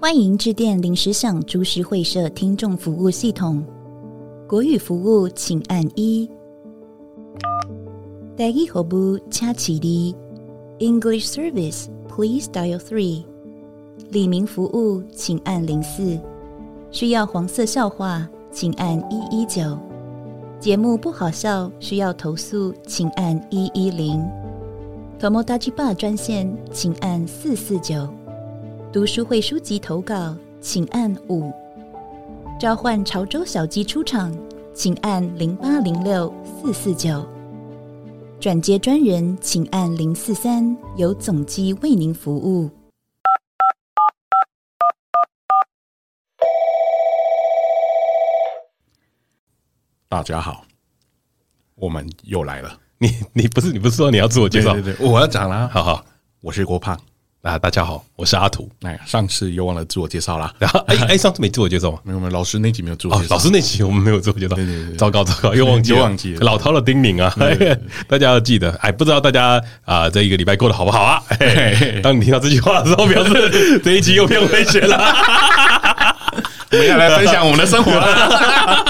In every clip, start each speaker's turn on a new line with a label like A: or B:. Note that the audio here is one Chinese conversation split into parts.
A: 欢迎致电临时想株式会社听众服务系统，国语服务请按一，台语服务请起立，English service please dial three，李明服务请按零四，需要黄色笑话请按一一九，节目不好笑需要投诉请按一一零，Tomodachi Bar 专线请按四四九。读书会书籍投稿，请按五；召唤潮州小鸡出场，请按零八零六四四九；转接专人，请按零四三，由总机为您服务。
B: 大家好，我们又来了。
C: 你 你不是你不是说你要自我介绍？
B: 对，我要讲啦。
C: 好好
B: 我是郭胖。
C: 啊，大家好，我是阿土。
B: 哎呀，上次又忘了自我介绍啦。
C: 然后哎哎，上次没自我介绍吗？
B: 没有没有，老师那集没有自我
C: 哦
B: 介，绍。
C: 老师那期我们没有自我介绍
B: 对对对，
C: 糟糕糟糕，又忘记
B: 又忘记了
C: 老饕的叮咛啊， 大家要记得。哎，不知道大家啊，这一个礼拜过得好不好啊？嘿当你听到这句话的时候，表示这一集又变危险了。
B: 我们要来分享我们的生活啦。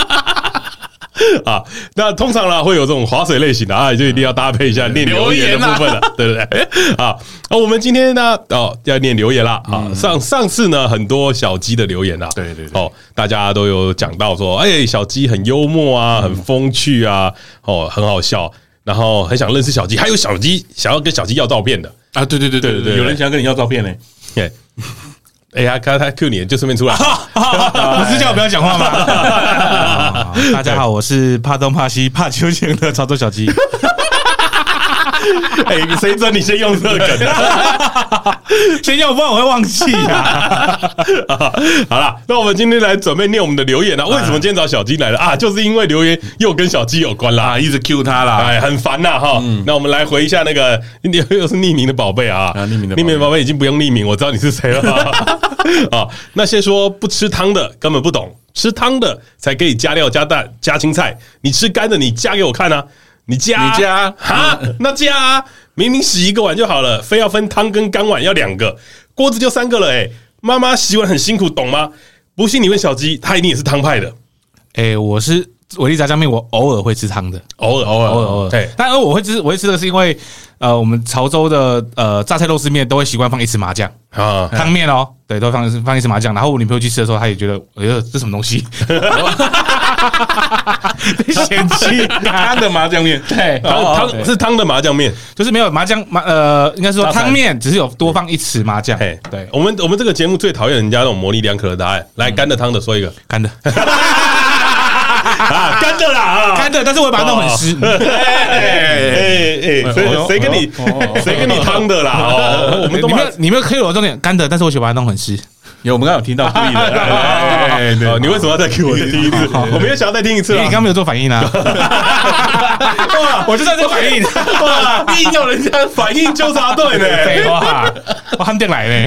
C: 啊，那通常啦会有这种划水类型的啊，就一定要搭配一下念留言的部分了，对不对？啊，那我们今天呢，哦，要念留言啦。啊，上上次呢，很多小鸡的留言啊，
B: 对对对
C: 哦，大家都有讲到说，哎，小鸡很幽默啊，很风趣啊，哦，很好笑，然后很想认识小鸡，还有小鸡想要跟小鸡要照片的，
B: 啊，对对对对
C: 对对
B: 有人想要跟你要照片呢。
C: 哎，哎呀，他他 Q 你就顺便出来，
D: 不是叫我不要讲话吗？啊大家好，我是怕东怕西怕秋千的潮州小 鸡。
C: 哎，谁准你先用这个梗啊？
D: 先要不然我会忘记啊！
C: 好啦，那我们今天来准备念我们的留言啊。为
B: 哎
C: 什么今天找小鸡来了啊？就是因为留言又跟小鸡有关啦
B: 啊，。一直 Q 他啦。嗯
C: 哎，很烦呐哈！那我们来回一下那个又又是匿名的宝贝啊，
B: 啊匿名的宝贝
C: 匿名宝贝已经不用匿名，我知道你是谁了啊。那些说不吃汤的根本不懂，吃汤的才可以加料加蛋加青菜，你吃干的你加给我看啊，你加
B: 你加啊
C: 哈，那加啊，明明洗一个碗就好了，非要分汤跟干碗要两个，锅子就三个了哎、妈妈洗碗很辛苦，懂吗？不信你问小鸡，他一定也是汤派的，
D: 哎，我是维力炸酱面，我偶尔会吃汤的，
C: 偶尔偶
D: 偶尔偶尔。
C: 对，
D: 但我会吃，我会吃的是因为呃，我们潮州的呃榨菜肉丝面都会习惯放一匙麻酱
C: 啊，
D: 汤面哦，对，都会放一匙放一匙麻酱。然后我女朋友去吃的时候，她也觉得，哎呦，这什么东西？被嫌 弃，
B: 他的麻酱面，
D: 对，
C: 汤汤
D: 对
C: 是汤的麻酱面。
D: 就是没有麻酱麻呃，应该说
C: 榨菜
D: 汤面只是有多放一匙麻酱
C: 嘿，，
D: 对，
C: 我们我们这个节目最讨厌人家那种模棱两可的答案。来，干的汤的说一个
D: 干的
C: 啊，干的啦啊，哦
D: 干的，但是我会把它弄很 湿。
C: 哎哎哎，谁谁跟你谁跟你汤的啦？哦，我们
D: 你
C: 都
D: 没
C: 把
D: 有你没有 Q 我的重点，干的，但是我喜欢把它弄很湿。
B: 有我们刚刚有听到故意的哎。哎
C: 哦，你为什么要再给我再听一次？我没有想要再听一次
D: 因为
C: 啊
D: 你刚！刚没有做反应啊， 我就在这反应。
C: 哇，你引人家反应纠察队
D: 废
C: 呢？
D: 话，我喊电来呢。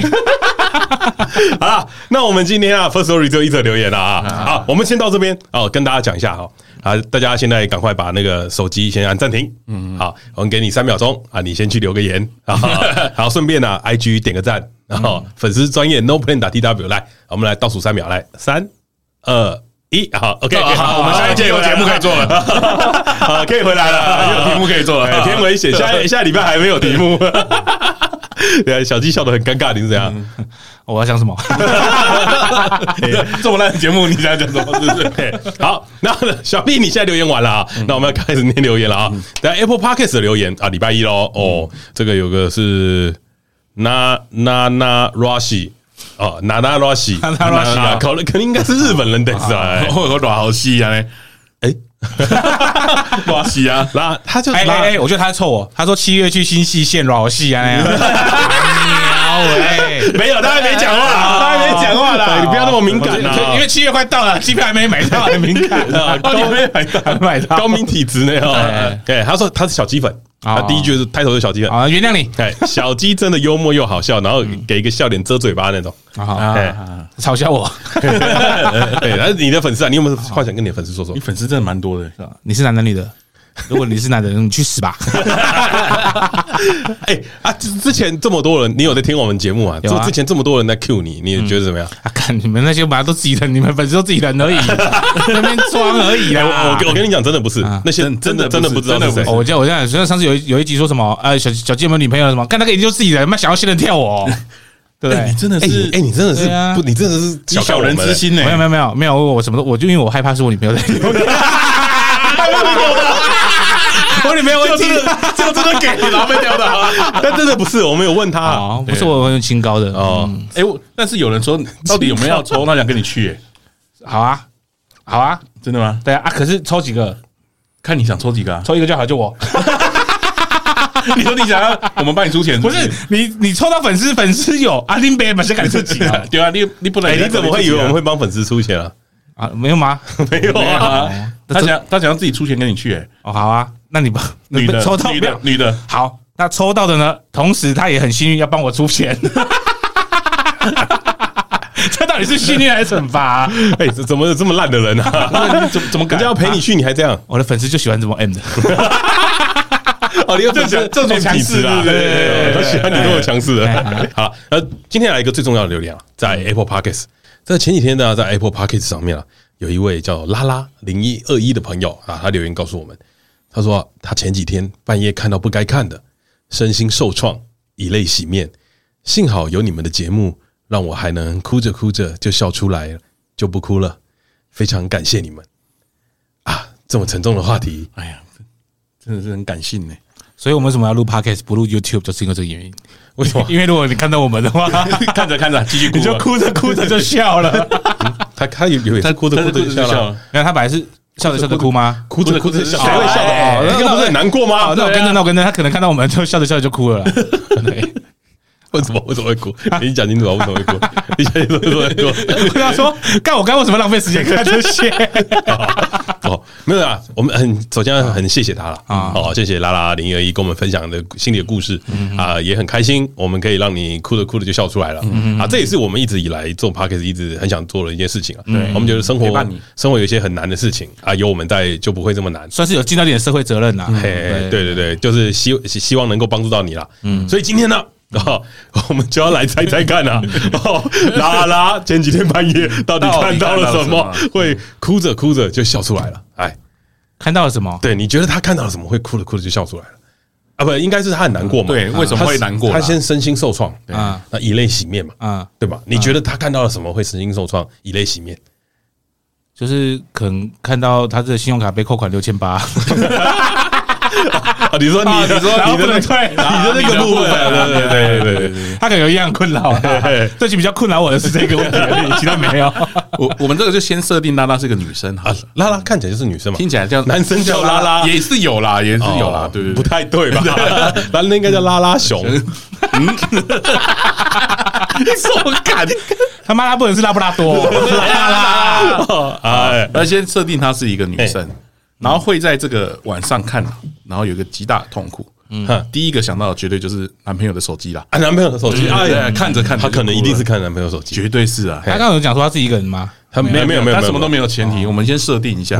C: 好啦，那我们今天啊，First Story 就一则留言了啊。好，我们先到这边哦，跟大家讲一下哈。啊，大家现在赶快把那个手机先按暂停。嗯，好，我们给你三秒钟啊，你先去留个言啊，好，顺便呢，IG 点个赞，然后粉丝专业 No Plan 打 TW 来，我们来倒数三秒，来，三、二、一，好，OK，
B: 好，我们下一届有节目可以做了，
C: 好，可以回来了，
B: 有题目可以做
C: 哎
B: 了，
C: 偏危险，下下礼拜还没有题目。对啊，小鸡笑得很尴尬，你是怎样？
D: 我要想什么？
B: 这么烂的节目，你想讲什么？是不是？
C: 对，好，那小丽，你现在留言完了啊，那我们要开始念留言了啊。等下 Apple Podcast 的留言啊，礼拜一喽。哦，这个有个是 Na Na Na Rashi 哦，Na Na Rashi
D: Na Na Rashi 啊
C: 可能可能应该是日本人的是吧？哎
B: 我有软好戏啊， 哎，软戏啊，
C: 那他就
D: 哎哎
C: 那
D: 哎，我觉得他在臭我。他说七月去新戏县 老戏啊那样。哎呦喂
C: 没有，他还没讲 话啊，他还没讲话啦，你不要那么敏感啊，
D: 因为七月快到了，机票还没买到，很敏 感
C: 啊
D: 啊，
C: 高
D: 还没买到，还没买到，
C: 高敏体质呢哦
D: 哎。
C: 对，他说他是小鸡粉，他第一句就是开头是小鸡粉。
D: 啊，原谅你
C: 哎，小鸡真的幽默又好笑，然后给一个笑脸遮嘴巴那种。
D: 啊，
C: 哎，
D: 嘲笑我，
C: 对，但是你的粉丝啊，你有没有话想跟你的粉丝说说
B: 你？粉丝真的蛮多的，
D: 你是男的女的？如果你是男人，你去死吧！
C: 哎、啊，之之前这么多人，你有在听我们节目啊？
D: 有
C: 就
D: 啊
C: 之前这么多人在 cue 你，你觉得怎么样？
D: 啊，看你们那些本来都自己人，你们本身都自己人而已，那边装而已
C: 哎，
D: 啊！
C: 我我我跟你讲，真的不是
D: 啊
C: 那些
B: 真
C: 真的真
B: 真
C: 的
B: 的不
C: 不知
B: 是
C: 道是谁
D: 哦，。我记得我记得，像上次有一有一集说什么，呃，小小鸡有没有女朋友什么？看那个也就自己人，妈想要仙人 跳我，对不
B: 哎，
D: 对
B: 你？真的
C: 哎
B: 是
C: 你哎，你真的是
D: 对啊
C: 不，你真的是
B: 以小人之心呢
D: 没有没有没有没有，我什么都我就因为我害怕是我女朋友在里 面，我 女朋友会听。
B: 这个真的给你狼狈掉的啊。
C: 但真的不是，我没有问他。
D: 哦，不是我很清高的
C: 哦
D: 哦，嗯
B: 哎，我但是有人说，到底有没有要抽？那想跟你去，哎
D: 好啊，好啊，
B: 真的吗？
D: 对啊啊，可是抽几个，
B: 看你想抽几个啊？
D: 抽一个就好，就我
B: 你说你想要我们帮你出钱，？
D: 不是你，你抽到粉丝，粉丝有啊阿林北本身敢自己啊
B: 对啊，你你不能
C: 哎，你怎么会以为我们会帮粉丝出钱啊？
D: 啊，没有吗？
C: 没有
B: 啊 没有
C: 啊，
B: 啊？他想他想要自己出钱跟你去，哎，
D: 哦，好啊，那你不
B: 女的
D: 抽到
B: 女
D: 没有
B: 的？女的，
D: 好，那抽到的呢？同时他也很幸运，要帮我出钱。 这到底是训练还是惩罚啊、
C: 哎，这怎么有这么烂的人 啊？
B: 怎么怎么
C: 人
B: 敢
C: 家？要陪你去，你还这样？
D: 我的粉丝就喜欢这么 M 的，
C: 哦，你有这
B: 这这种强势
C: 啊，
B: 对对对对
C: 我喜欢你这种强势
D: 哎
C: 的。 好，那今天来一个最重要的留言啊，在
B: 嗯
C: Apple Podcast，在前几天呢，在 Apple Podcast 上面啊，有一位叫拉拉零一二一的朋友啊，他留言告诉我们，他说、啊、他前几天半夜看到不该看的，身心受创，以泪洗面，幸好有你们的节目，让我还能哭着哭着就笑出来了，就不哭了，非常感谢你们啊！这么沉重的话题，
B: 哎呀，真的是很感性呢。
D: 所以我们为什么要录 Podcast 不录 YouTube，就是因为这个原因。
C: 为什么？
D: 因为如果你看到我们的话，
B: 看着看着，继续哭啊
D: 你
B: 了，
D: 就哭着 哭 着就笑了。
C: 他他有有也是哭着
B: 但
C: 哭
B: 是
C: 着就
B: 就
C: 笑了。
B: 了。
D: 没有，他本来是笑着笑 着哭吗？
C: 哭着哭着笑，
B: 哭着哭着
C: 谁会笑
D: 哎
C: 的？那不是很难过
D: 哦
C: 吗？，
D: 那我
C: 对
D: 跟
C: 啊
D: 着，那我跟着，他可能看到我们就笑着笑着就哭了啦。 对
C: 为什么为什么会哭？你讲清楚啊，为什 么会哭？你讲清楚为什么会哭？
D: 我跟他说：“干我刚为什么浪费时间看这些
C: 哦，没有啦，我们很首先很谢谢他了
D: 啊
C: 啊！哦，谢谢拉拉零二一跟我们分享的心里的故事啊，也很开心，我们可以让你哭着哭着就笑出来了啊！这也是我们一直以来做 p o d c a s t 一直很想做的一件事情啊。我们觉得生活
B: 陪伴你
C: 生活有一些很难的事情啊，有我们在就不会这么难？”。
D: 算是有尽到一点社会责任啦。
C: 嘿，对对对，就是希希希望能够帮助到你啦。嗯，所以今天呢。 哦，我们就要来猜猜看啊！哦，拉拉前几天半夜到底看到了什
B: 到
C: 么
B: 底看到了什，
C: 会哭着哭着就笑出来了？哎，
D: 看到了什么？
C: 对，你觉得他看到了什么会哭着哭着就笑出来了？啊，不，应该是他很难过嘛？啊
B: 对为什么会难过
C: 他
B: 啦
C: 他先身心受创
D: 啊
C: 啊，那以泪洗面嘛，
D: 啊，
C: 对吧？你觉得他看到了什么会身心受创，以泪洗面？
D: 就是可能看到他的信用卡被扣款六千八，
C: 啊，你说你
D: 啊
C: 的
D: 你说
C: 然后
D: 你
C: 不
D: 的
C: 能
D: 那个
C: 退你
B: 啊
C: 的那个部分啊，对对对对对。
D: 他可能有一样困扰啊。最近比较困扰我的是这个问题而已，其他没有。
B: 我我们这个就先设定拉拉是个女生好
C: 啊
B: 了，，
C: 拉拉看起来就是女生嘛，
B: 听起来叫
C: 男生叫拉拉，
B: 也是有啦，也是有啦
C: 哦，
B: 对对
C: 不
B: 对。
C: 太对 吧？拉拉应该叫拉拉熊，
B: 我敢，
D: 他妈他不能是拉布拉多，拉拉
B: 嗯
C: 哎，
B: 那先设定她是一个女生，然后会在这个晚上看，然后有一个极大的痛苦。嗯
C: 哼，
B: 第一个想到的绝对就是男朋友的手机啦，
C: 啊，男朋友的手机，
B: 对
C: 哎呀，
B: 嗯对看着看着
C: 他可能
B: 就哭了
C: 一定是看男朋友手机，
B: 绝对是啊。
D: 他刚刚有讲说他是一个人吗？
C: 他没有没有没有哦嗯
B: 他什么都没有前提，我们先设定一下。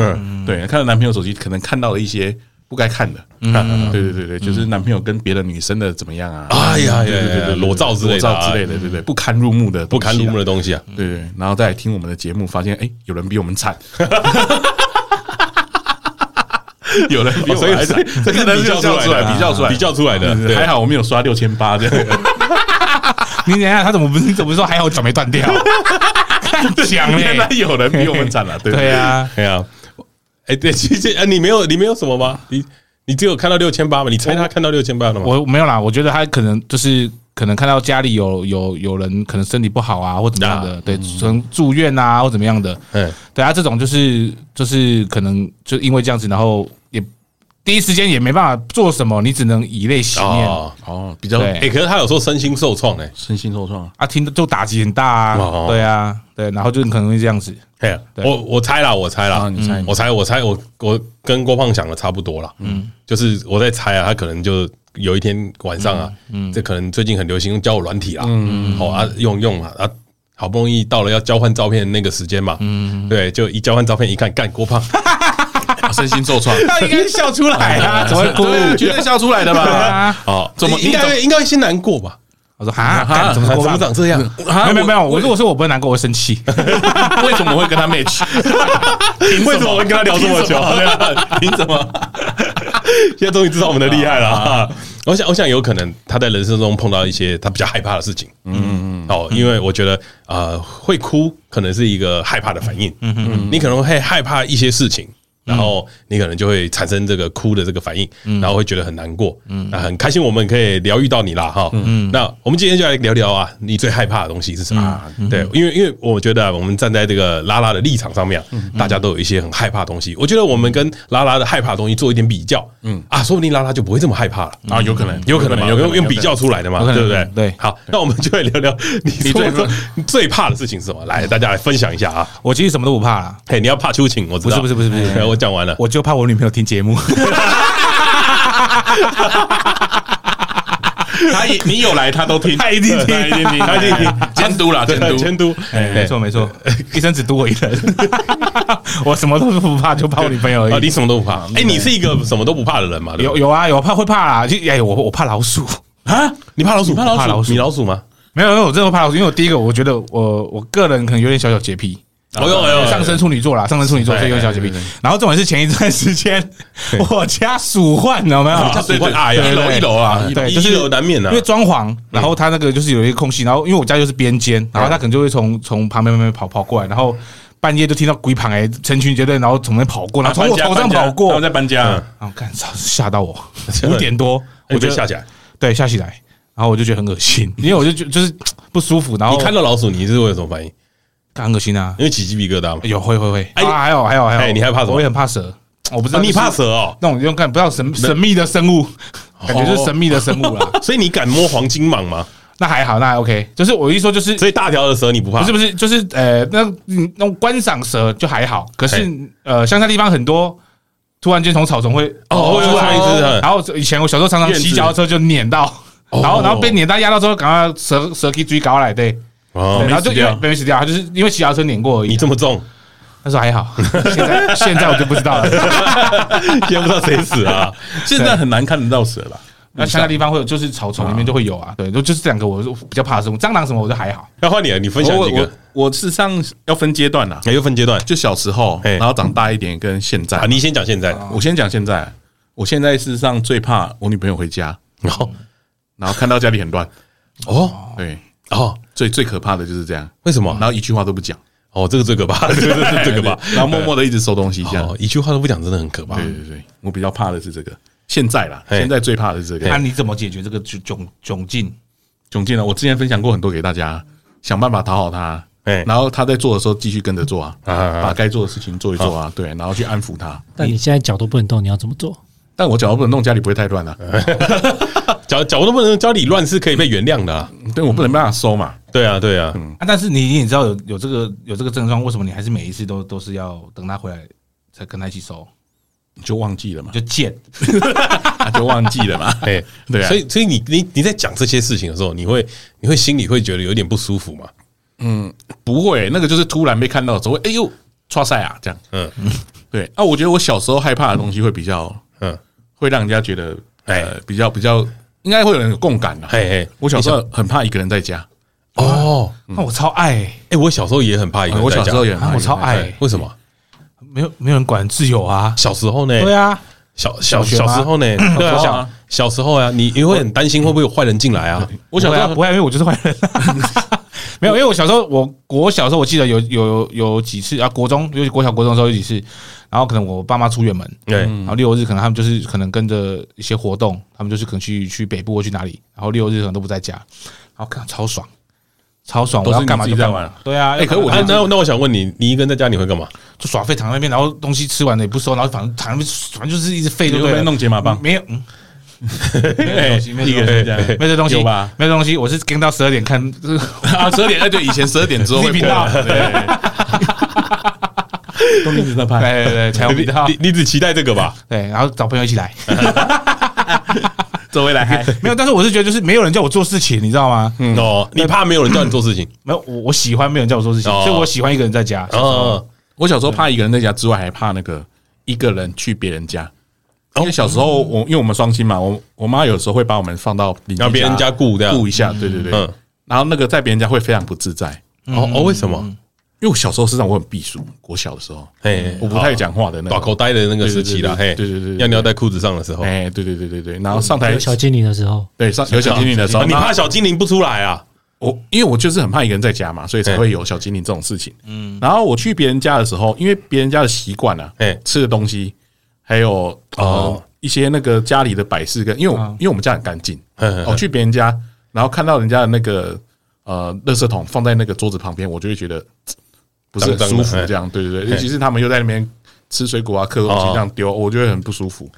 B: 对，看到男朋友手机，可能看到了一些不该看的。
C: 嗯
B: 啊对对对对，就是男朋友跟别的女生的怎么样啊？
C: 哎呀，
B: 对对对对，
C: 裸照之类
B: 裸
C: 的
B: 照
C: 啊，
B: 之类的，对对，不堪入目的，
C: 不堪入目的。东西啊，
B: 对对，然后再来听我们的节目，发现哎，有人比我们惨， 有人比 我
C: 哦 所以
B: 们还
C: 这
B: 惨，
C: 这是
B: 个
C: 比较出
B: 出
C: 来的嗯
B: 来，啊比较出来，
C: 比较出来的，对
B: 还好我们有刷六千八这样。
D: 你等一下他怎么不？你怎么说还好脚没断掉？讲
B: 原来
D: 嘞，
B: 有人比我们惨了，欸 对
D: 对啊，
C: 哎呀，哎，对，其实啊，你没有你没有什么吗？你你只有看到六千八吗？你猜他看到六千八了吗？
D: 我没有啦，我觉得他可能就是可能看到家里有有有人可能身体不好啊，或怎么样的，对，可能住院啊或怎么样的，
C: 嗯，
D: 对啊，这种就是就是可能就因为这样子，然后也第一时间也没办法做什么，你只能以泪洗面。
C: 哦，
B: 哦，比较
D: 对
C: 哎，可是他有说身心受创哎，
B: 身心受创啊。
D: 啊，听就打击很大
C: 哦
D: 啊，对啊，对，然后就可能会这样子，
C: 哎呀，
D: 对
C: 我我猜啦，我猜啦，
B: 啊你猜
C: 嗯我猜，我猜，我我跟郭胖想的差不多啦，嗯，就是我在猜啊，他可能就有一天晚上啊，嗯，这可能最近很流行交友软体啦，嗯，好啊，用用嘛，啊，好不容易到了要交换照片的那个时间嘛，嗯，对，就一交换照片一看，干郭胖，
B: 啊身心受 创，
D: 那应该笑出
B: 哎
C: 哎
D: 来啊，怎么会哭？
B: 对绝对笑出来的
D: 对
B: 吧？
D: 啊，
C: 哦，
B: 怎么
C: 应
B: 你
C: 该
B: 怎
C: 应该会先难过吧？
D: 我说啊，干怎么
C: 怎
D: 哭
C: 么
D: 法
C: 长这样？ 啊
D: 没有没有没有，我
B: 为
D: 如果是我不会难过，我会生 气。
B: 为什么会 跟他 match？
C: 为什么我会跟他聊这么久？
B: 凭什么？
C: 现在终于知道我们的厉害了啊。我想，我想有可能他在人生中碰到一些他比较害怕的事情。嗯嗯哦，因为我觉得呃，会哭可能是一个害怕的反应。嗯嗯，你可能会害怕一些事情。然后你可能就会产生这个哭的这个反应，然后会觉得很难过，嗯，那很开心我们可以疗愈到你啦，哈，嗯，那我们今天就来聊聊啊，你最害怕的东西是什么？嗯对，因为因为我觉得啊我们站在这个拉拉的立场上面啊，大家都有一些很害怕的东西，我觉得我们跟拉拉的害怕的东西做一点比较，嗯啊，说不定拉拉就不会这么害怕了。
B: 啊，有可能，
C: 有可能嘛？
B: 有
C: 用用比较出来的嘛
D: 有可，
C: 对
D: 能
C: 不对？
D: 对
C: 好，那我们就来聊聊你
B: 你最
C: 最你最怕的事情是什么？来，大家来分享一下啊！
D: 我其实什么都不怕啦，
C: 嘿，你要怕秋晴，我知道，
D: 不是不是不是不是
C: 哎 我讲完了，
D: 我就怕我女朋友听节目。
B: 他也你有来， 他都听，
D: 他一定听
B: 他一定听，他一定 听，监督 啦，监督，
C: 监督，
B: 哎
D: 没
C: 哎
D: 错 没错，医生只读我一人， 我什么都不怕，就怕我女朋友
C: 啊，
D: 而
C: 你
D: 已。
C: 什么都不怕。哎，你是一个什么都不怕的人嘛？对不
D: 有
C: 对
D: 有啊有怕会怕啦，就哎我我怕老鼠，
C: 啊？你怕老鼠？
D: 你怕老鼠
C: 你老鼠吗？
D: 没有没有我真的会怕老鼠，因为我第一个我觉得我我个人可能有点小小洁癖，
C: 哦呦哎呦，
D: 啊上升处女座啦，上升处女座
C: 哎
D: 所以有点小洁癖
B: 对对对。
D: 然后重点是前一段时间我家鼠患，你知道没有？
C: 家
B: 哦对对，
C: 啊
B: 一
C: 对
B: 楼
D: 对
B: 一楼啊，
D: 对，
C: 一
D: 就是
C: 楼难免啊，
D: 因为装潢，然后它那个就是有一个空隙，然后因为我家就是边间，然后它可能就会从从旁边慢慢跑跑过来，然后半夜就听到鬼旁哎成群结队，然后从那边跑过，然后从我头上跑过，
B: 他们在搬家，
D: 然后看吓到我五点多
C: 啊我
B: 哎
D: 嗯我
C: 就
D: 就
C: 下起来。
D: 对吓起来，然后我就觉得很恶心，因为我就觉就是不舒服，然后
C: 你看到老鼠，你是会有什么反应？
D: 干很恶心啊，
C: 因为起鸡皮疙瘩嘛。
D: 有会会会，
C: 哎
D: 啊还有还有还
C: 哎
D: 有，
C: 你害怕什么
D: 我也很怕蛇，我不知
C: 啊
D: 道
C: 你怕
D: 就是
C: 蛇哦，
D: 那种用看不到神神秘的生物，感觉就是神秘的生物 啦。
C: 所以你敢摸黄金蟒吗？
D: 那还好，那还 OK，就是我一说就是
C: 所以大条的蛇你不怕？
D: 不是不是，就是呃，那嗯那种观赏蛇就还好，可是呃，乡下地方很多，突然间从草丛会
C: 哦
D: 出来
C: 会有一只嗯
D: 然后以前我小时候常常
C: 燕子
D: 骑脚踏车就碾到，
C: 哦
D: 然后然后被碾到压到之后，赶快蛇蛇可以追高来对，
C: 哦
D: 对，然后就
B: 没死
D: 因
B: 掉
D: 为没死掉，他就是因为骑脚踏车碾过而
C: 你
D: 已。
C: 这么重，
D: 他说 还好，现在现在我就不知道了。
C: 也不知道谁死啊？
B: 现在很难看得到蛇了。
D: 那乡下地方会有，就是草丛里面就会有啊，对，就就是这两个我是比较怕的生物，蟑螂什么我就还好。
C: 要换你了，你分享
B: 我
C: 几
B: 我
C: 个？
B: 我事实上要分阶段啦，
C: 哎，又分阶段
B: 就小时候，
C: 嘿
B: 然后长大一点跟现在
C: 啊？。你先讲现在，
B: 我先讲现在，啊我现在事实上最怕我女朋友回家，
C: 然后
B: 然后看到家里很乱，
C: 哦
B: 对，
C: 哦，
B: 最最可怕的就是这样，
C: 为什么
B: 然？后一句话都不讲，
C: 哦，这个最可 怕， 这个是最可怕。
B: 然后默默的一直收东西这样
C: 哦，。一句话都不讲，真的很可怕
B: 对。对对，我比较怕的是这个。现在啦，
C: 嘿
B: 现在最怕的是这
D: 那
B: 个
D: 啊你怎么解决这个窘窘窘境？
B: 窘境呢。我之前分享过很多给大家，想办法讨好他，
C: 哎
B: 然后他在做的时候继续跟着做啊，
C: 啊啊啊
B: 把该做的事情做一做啊，对，然后去安抚他。
E: 但你现在脚都不能动，你要怎么做？
B: 但我脚不能弄，家里不会太乱啊，
C: 脚脚都不能教你乱是可以被原谅的啊。
B: 对我不能帮他收嘛。
C: 对啊，对啊，
B: 嗯
D: 啊，但是你你也知道有有这个有这个症状，为什么你还是每一次都都是要等他回来才跟他一起收？
B: 就忘记了嘛
D: 你，就贱，
B: 啊就忘记了嘛，
C: 哎，
B: 对啊
C: 所以所以你你你在讲这些事情的时候，你会你会心里会觉得有点不舒服嘛？
B: 不会，那个就是突然被看到，只会哎呦，刷赛啊这样，
C: 嗯
B: 对啊，我觉得我小时候害怕的东西会比较，
C: 嗯，
B: 会让人家觉得，
C: 哎
B: 呃，比较比较，应该会有人有共感的。啊
C: 嘿嘿，
B: 我小时候很怕一个人在家，
C: 哦，
D: 那我超爱欸，
C: 哎，我小时候也很怕一个
B: 嗯
C: 人
B: 我
C: 在
B: 小
C: 家，
B: 时候也很
D: 啊
B: 怕
D: 我
B: 一个
D: 超
B: 人在家
D: 爱
C: 哎，为什么？
D: 没有没有人管自由啊。
C: 小时候呢？
D: 对啊，
C: 小小
D: 小学
C: 小
D: 吗
C: 时候呢？对啊，
B: 嗯小
C: 小小时候啊，你你会很担心会不会有坏人进来啊？
B: 我小时
D: 不会啊
B: 候
D: 不会啊，因为我就是坏人。没有，因为我小时候，我国小的时候，我记得有有有几次啊，国中，尤其国小、国中的时候有几次，然后可能我爸妈出远门，
C: 对，
B: 嗯
D: 然后六日可能他们就是可能跟着一些活动，他们就是可能去去北部或去哪里，然后六日可能都不在家，然后看超爽，超爽，
B: 都
D: 我
B: 是
D: 要
B: 你
D: 干嘛
B: 自己
D: 就
B: 在
D: 干嘛，
B: 玩，
D: 对啊，
B: 哎可是我
C: 啊
B: 觉得
C: 那那我想问你，你一个人在家你会干嘛？
D: 就耍废躺在那边，然后东西吃完了也不收，然后反正躺在那边，反正就是一直废，
B: 你
D: 对
B: 会
D: 不
B: 不会
D: 对了？
B: 弄解码棒？
D: 没有，嗯 没
B: 一个
D: 有
B: 人
D: 东
B: 这
D: 西，
B: 样
D: 没有这东西，
B: 有
D: 没有这东西
B: 吧？
D: 没有这东西，我是跟到十二点看，
B: 啊，十二点哎，对，以前十二点之 后会
D: 自己频道
B: 播对，东林子在拍，
D: 对对对，才有频道
C: 你，你你只期待这个吧？
D: 对，然后找朋友一起来，
B: 周围来 嗨，
D: 没有，但是我是觉得就是没有人叫我做事情，你知道吗？
B: 嗯
C: 哦，你怕没有人叫你做事情？
D: 没有，我我喜欢没有人叫我做事情，
C: 哦
D: 所以我喜欢一个人在家。
C: 哦，
B: 我小时候怕一个人在家之外，还怕那个一个人去别人家。
C: 哦
B: 因为小时候我因为我们双亲嘛，我我妈有时候会把我们放到邻居
C: 然后别人家顾这样
B: 顾一下，对对对
C: 嗯，
B: 然后那个在别人家会非常不自在，
C: 哦哦，为什
B: 嗯
C: 么？
B: 因为我小时候身上我很避暑，我小的时候，
C: 嘿
B: 我不太讲话的那
C: 打
B: 种。
C: 口袋的那个时期啦，嘿，
B: 对对对对对
C: 尿尿在裤子上的时候，
B: 哎，对对对对对，然后上台
E: 有 小精灵的时候，
B: 对上有小精灵的时候，
C: 啊你
B: 然后
C: 怕小精灵不出来啊？
B: 我因为我就是很怕一个人在家嘛，所以才会有小精灵这种事情。嗯，然后我去别人家的时候，因为别人家的习惯啊
C: 哎，
B: 吃的东西，还有
C: 哦
B: 呃一些那个家里的摆饰，跟因为我因为我们家很干净，
C: 嗯
B: 我去别人家，然后看到人家的那个呃垃圾桶放在那个桌子旁边，我就会觉得嘖不是很
C: 脏
B: 舒
C: 脏的
B: 服，这样对对对，尤其是他们又在那边吃水果啊、嗑
C: 哦
B: 东西这样丢，我就会很不舒服。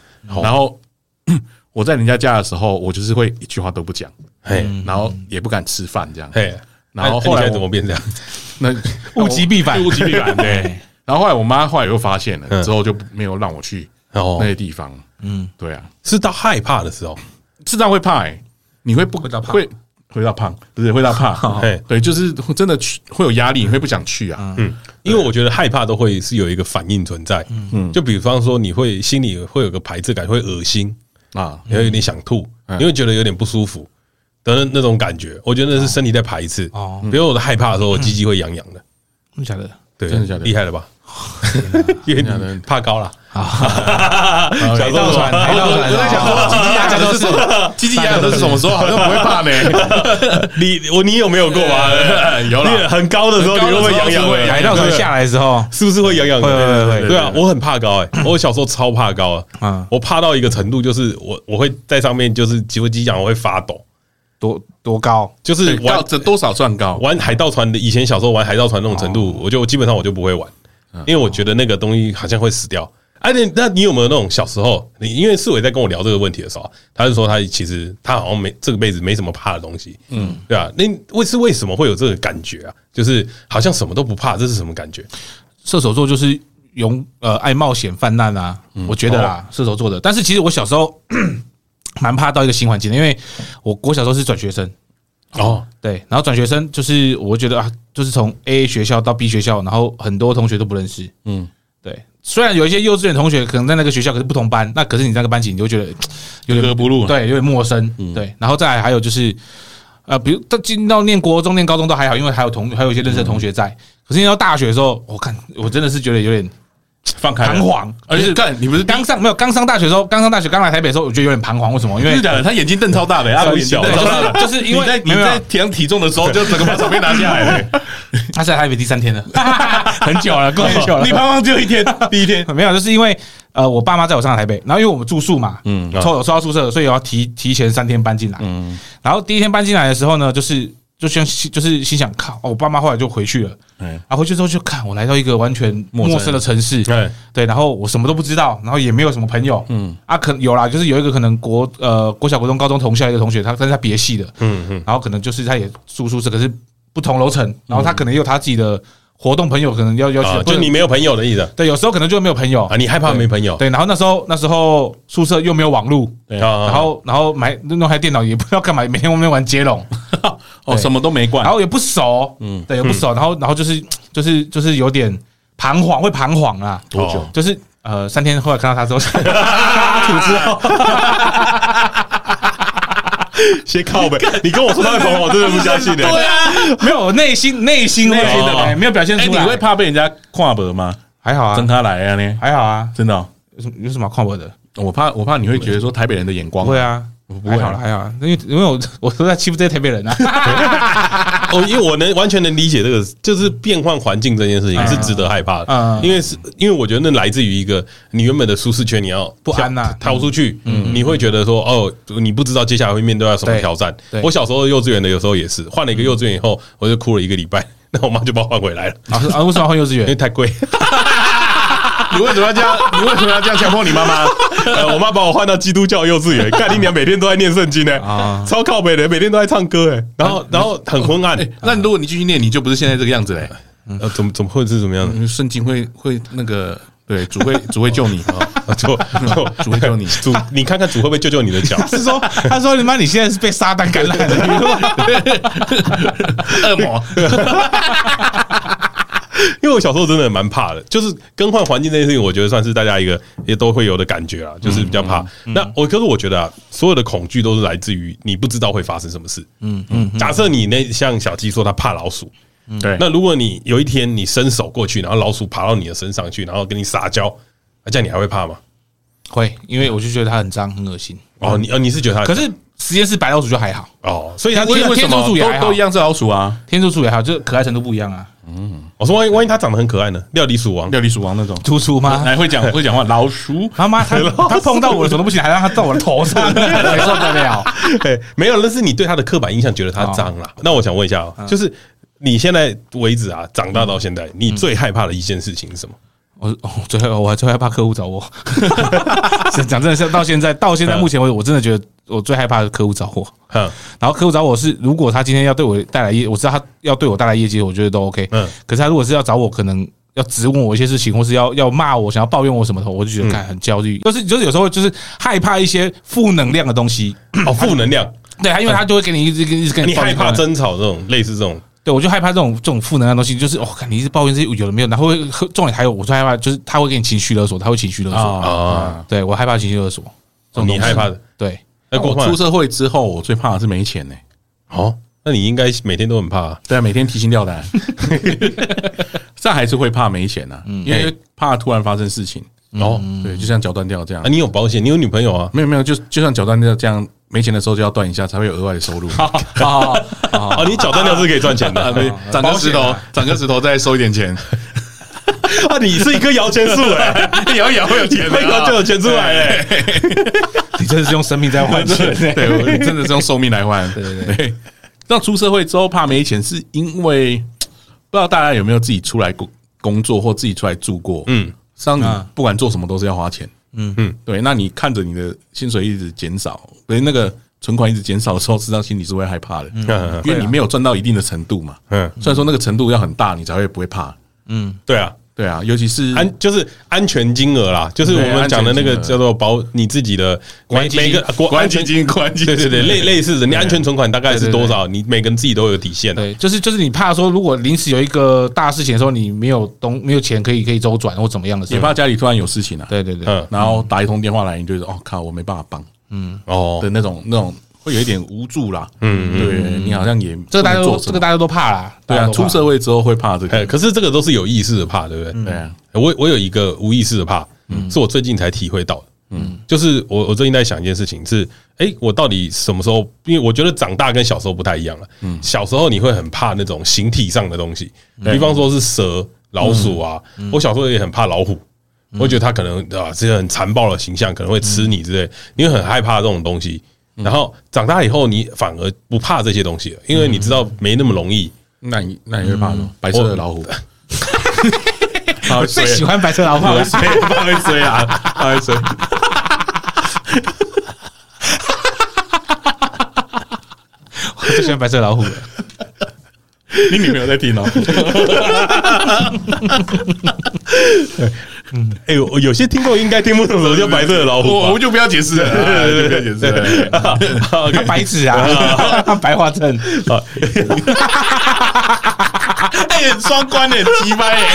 B: 然后 我在人家家的时候，我就是会一句话都不讲，
C: 嘿，
B: 然后也不敢吃饭这样。
C: 嗯嘿，
B: 嗯然后后
C: 啊你现
B: 来
C: 在
B: 我
C: 怎么变这样？哦
B: 那
D: 物极必反
B: 对物极必反，对。然后后来我妈后来又发现了，之后就没有让我去
C: 嗯哦
B: 那，些地方。嗯，对啊，
C: 是到害怕的时候，
B: 智障会怕欸，你会不
D: 会到怕
B: 会会到胖，不是会到怕
C: 嘿，
B: 对，就是真的去会有压力，你会不想去啊。
C: 嗯，因为我觉得害怕都会是有一个反应存在，嗯，就比方说你会心里会有个排斥感，会恶心，
B: 啊，
C: 也会有点想吐，
B: 嗯
C: 你会觉得有点不舒服的那那种感觉，我觉得那是身体在排斥。
D: 哦
C: 哦，比如我害怕的时候，我鸡鸡会痒痒的，
D: 真的假的？
C: 对，
B: 真的假的
C: 厉害了吧？
B: 真的假
C: 因为你
B: 的
C: 怕高了，
D: 海
B: 哎
C: 想
D: 盗
C: 说什
D: 船，
C: 么？
D: 海盗船，
B: 我在想说
D: 鸡鸡大家都是
B: 鸡鸡痒的是什么时候？好啊像不会怕呢。
C: 你我你有没有过啊？
B: 有啦
C: 你很高的时候，你会不会痒痒的？哎
D: 海盗船下来的时候，
C: 是不是会痒痒的？
D: 会会会会
C: 对啊，我很怕高哎、我小时候超怕高啊
D: 嗯，
C: 我怕到一个程度，就是我我会在上面就是几乎机讲我会发抖，
D: 多多高？
C: 就是
B: 到
C: 玩
B: 这多少算高？
C: 玩海盗船的，以前小时候玩海盗船那种程度，我就基本上我就不会玩，因为我觉得那个东西好像会死掉。哎，那那你有没有那种小时候，你因为世伟在跟我聊这个问题的时候啊，他就说他其实他好像没这个辈子没什么怕的东西，嗯，对啊，那为是为什么会有这个感觉啊？就是好像什么都不怕，这是什么感觉？
D: 射手座就是勇呃爱冒险犯难啊，我觉得啦，射手座的。但是其实我小时候蛮怕到一个新环境的，因为我我小时候是转学生，
C: 哦，
D: 对，然后转学生就是我觉得啊，就是从 A 学校到 B 学校，然后很多同学都不认识，
B: 嗯
D: 嗯，对。虽然有一些幼稚园同学可能在那个学校，可是不同班，那可是你那个班级你就觉得有
B: 格
D: 点
B: 不入，啊嗯
D: 对，有点陌生，对。然后再来还有就是，呃，比如到进到念国中、念高中都还好，因为还有同还有一些认识的同学在。
B: 嗯
D: 可是念到大学的时候，我看我真的是觉得有点
B: 放开了
D: 彷，徨，
B: 哎而且
D: 就是
B: 干你不是
D: 刚上没有刚上大学的时候，刚上大学刚来台北的时候，我觉得有点彷徨。为什么？因
B: 真
D: 为
B: 的假的？他眼睛瞪超大的，他
C: 超
B: 眼睛
C: 小
B: 瞪超大的，
D: 对就是就是因为
B: 你在你
D: 没有
B: 在量体重的时候，就整个把手臂拿下 来了。
D: 他是来台北第三天了， 很久了，够很久 了。
B: 你胖胖只有一天，第一 天
D: 没有，就是因为呃，我爸妈载我上来台北，然后因为我们住宿嘛，嗯，抽有抽到宿舍，所以我要提提前三天搬进来。嗯，然后第一天搬进来的时候呢，就是就先就是心想，靠，哦，我爸妈后来就回去了，
B: 嗯
C: 哎
D: 嗯，然后回去之后就看我来到一个完全
B: 陌生
D: 陌生的城市，
C: 哎，
D: 对，然后我什么都不知道，然后也没有什么朋友，嗯，啊，可有啦，就是有一个可能国呃国小、国中、高中同校一个同学，他但是他别系的，
C: 嗯嗯，
D: 然后可能就是他也住宿舍，可是不同楼层，然后他可能也有他自己的活动朋友，可能要要
C: 嗯啊
D: 去，
C: 就你没有朋友的意思
D: 对，有时候可能就没有朋友
C: 啊？你害怕没朋
B: 哦
C: 友？
D: 对，然后那时候那时候宿舍又没有网络，
C: 对啊，
B: 嗯
D: 然后然后买弄台电脑也不知道干嘛，每天我们玩接龙，
B: 哦，什么都没
D: 然
B: 灌，
D: 后也不熟，嗯，对，也不熟，然后然后就是就是就是有点彷徨，会彷徨啊，
C: 多久
D: 就是呃三天后来看到他之后，
B: 啊
D: 吐之 后，
C: 先靠背，你跟我说他会捧我，真的不相信 的。
B: 对啊，
D: 没有我内心内心会
B: 内心的
D: 哎没有表现
B: 哎，
D: 出
B: 你
D: 来，
B: 会怕被人家跨脖吗？
D: 还好
B: 真
D: 啊，
B: 他来啊呢？
D: 还好啊，
B: 真的哦，
D: 有什么有什么好看我的？
B: 我怕我怕你会觉得说台北人的眼光
D: 不会，啊。
B: 不会
D: 还
B: 啊
D: 好了，还好啦，因为因为我我都在欺负这些台北人啊，
C: 哦，因为我能完全能理解这个，就是变换环境这件事情是值得害怕的
D: 嗯，
C: 因为是因为我觉得那来自于一个你原本的舒适圈，你要
D: 不安呐嗯
C: 跳出去，你会觉得说哦，你不知道接下来会面对到什么
D: 对
C: 挑战
D: 对。嗯
C: 我小时候幼稚园的有时候也是，换了一个幼稚园以后，我就哭了一个礼拜，那 我妈就把我换回来了，
D: 啊啊！为什么要换幼稚
C: 因为
D: 园？
C: 太贵。
B: 你为什么要这样？你为什么要这样强迫你妈妈？
C: 呃我妈把我换到基督教幼稚 园，看你娘每天都在念圣经呢
D: 啊，嗯
C: 超靠北的，每天都在唱歌哎，然后然后很昏暗
B: 哎，， 那如果你继续念，你就不是现在这个样子嘞。
D: 嗯
C: 呃，怎么怎么会是怎么样的？
B: 嗯圣经会会那个，对，主会主会救你啊。
C: 啊 就就
B: 主会救你
C: 主，你看看主会不会救救你的脚？
D: 是说他说你妈你现在是被撒旦感染 的，
B: 恶魔，
C: 因为我小时候真的蛮怕的，就是更换环境这件事情，我觉得算是大家一个也都会有的感觉啊，就是比较怕。那我可是我觉得啊，所有的恐惧都是来自于你不知道会发生什么事。嗯嗯，假设你那像小鸡说他怕老鼠，
B: 对，
C: 那如果你有一天你伸手过去，然后老鼠爬到你的身上去，然后跟你撒娇，啊这样你还会怕吗？
D: 会，因为我就觉得它很脏，很恶心。
C: 哦，你哦你是觉得它
D: 可是实验室白老鼠就还好，
C: 哦，所以它
D: 为
C: 为
D: 天
C: 什
D: 竺鼠
C: 么？
D: 也还
B: 都
D: 好
B: 都一，样是老鼠啊，
D: 天竺鼠也还好，就是可爱程度不一样啊。
C: 我说万一万一它长得很可爱呢？料理鼠王
B: 料理鼠王那种，
D: 突出吗？
B: 哎来会讲会讲话，老鼠
D: 他妈， 他他碰到我的手都不行，还让他到我的头 上，谁受得了？
C: 对，没有，那是你对他的刻板印象，觉得他脏啦。那我想问一下哦，就是你现在为止啊，长大到现在，你最害怕的一件事情是什么？
D: 我哦，最后我还最害怕客户找我。 是讲真的，是到现在到现在目前为止，我真的觉得我最害怕的客户找我。
C: 哼，
D: 然后客户找我是，如果他今天要对我带来业，我知道他要对我带来业绩，我觉得都 OK。
C: 嗯
D: 嗯，可是他如果是要找我，可能要质问我一些事情，或是要要骂我，想要抱怨我什么的，我就觉得看很焦虑。就是就是有时候就是害怕一些负能量的东西。
C: 哦，负能量，
D: 对，他因为他就会给你一直跟一直跟
C: 你
D: 抱
C: 害
D: 怨
C: 怕争吵这种类似这种，
D: 对，我就害怕这种这种负能量的东西，就是哦，看你一直抱怨这些有的没有，然后会 重点还有，我最害怕就是他会给你情绪勒索，他会情绪勒索，
B: 哦
C: 啊
D: 对我害怕情绪勒索，这种
C: 你
D: 东西
C: 害怕的。
D: 对，
C: 那郭
B: 哦我
C: 胖
B: 出社会之后，我最怕的是没钱呢、
C: 哦，那你应该每天都很怕啊
B: 对啊，每天提心吊胆，这还是会怕没钱呐、啊，因为怕突然发生事情。
C: 哦。
B: 对，就像脚断掉这样
C: 啊，，你有保险，你有女朋友啊？
B: 没有没有，就就像脚断掉这样，没钱的时候就要断一下，才会有额外的收入。
D: 好
C: 哦，你脚断掉是可以赚钱 的
B: 对
C: 啊！
B: 长个石头，长个石头再收一点 钱，
C: 啊你是一棵摇钱树哎，
B: 摇一摇 会有钱啊
C: 会摇就有钱出来哎。
D: 你真的是用生命在换钱、
B: 对对，我真的是用寿命来换。对对对，那出社会之后怕没钱，是因为不知道大家有没有自己出来工工作或自己出来住过？嗯，像你不管做什么都是要花钱。嗯嗯，对，那你看着你的薪水一直减少，所以那个存款一直减少的时候，实际上心里是会害怕的，
C: 嗯
B: 因为你没有赚到一定的程度嘛。
C: 嗯，
B: 虽然说那个程度要很大，你才会不会怕。
C: 对啊，
B: 对啊，尤其是
C: 安就是安全金额啦，就是我们讲的那个
B: 对安全金额
C: 叫做保你自己的每每个国
B: 关
C: 安
B: 节
C: 全
B: 金、关节
C: 对对对，类类似的，你安全存款大概是
D: 对对
C: 多少？你每个人自己都有底线啊的。
D: 对，就是就是你怕说，如果临时有一个大事情的时候，你没有东没有钱可以可以周转或怎么样的时
B: 也
D: 候，
B: 怕家里突然有事情啊。
D: 对对对，
C: 嗯，
B: 然后打一通电话来，你就说哦靠，我没办法帮
C: 哦，
B: 的那种那种，会有一点无助啦。嗯，对你好像也
D: 这个大家
B: 不能
D: 都
B: 做什
D: 这
B: 么
D: 个大家都怕啦，
B: 对啊，出
D: 出
B: 社会之后会怕这
C: 哎，
B: 个，
C: 可是这个都是有意识的怕，对不对？
B: 对啊，
C: 我我有一个无意识的怕，
B: 嗯
C: 是我最近才体会到的。嗯，就是我我最近在想一件事情是，哎，我到底什么时候？因为我觉得长大跟小时候不太一样了。嗯，小时候你会很怕那种形体上的东西，
B: 嗯
C: 比方说是蛇、老鼠啊。我小时候也很怕老虎，
B: 嗯
C: 我觉得它可能啊是很残暴的形象，可能会吃你之
B: 嗯
C: 类，你会很害怕这种东西。然后长大以后，你反而不怕这些东西了，因为你知道没那么容易。
B: 那你那你会怕什么？白色的老虎，我
D: 最喜欢白色老虎
B: 怕，会追，怕会追啊，怕会追。
D: 我最喜欢白色老虎了。
B: 你女朋友在听哦，
C: 哎、我有些听众应该听不懂什么叫白色的老虎吧
B: 我我就不要解释 了，哎就不要解释了。
D: 他白纸啊，他白化症，
C: 啊，
B: 哎，很双关的，鸡掰哎，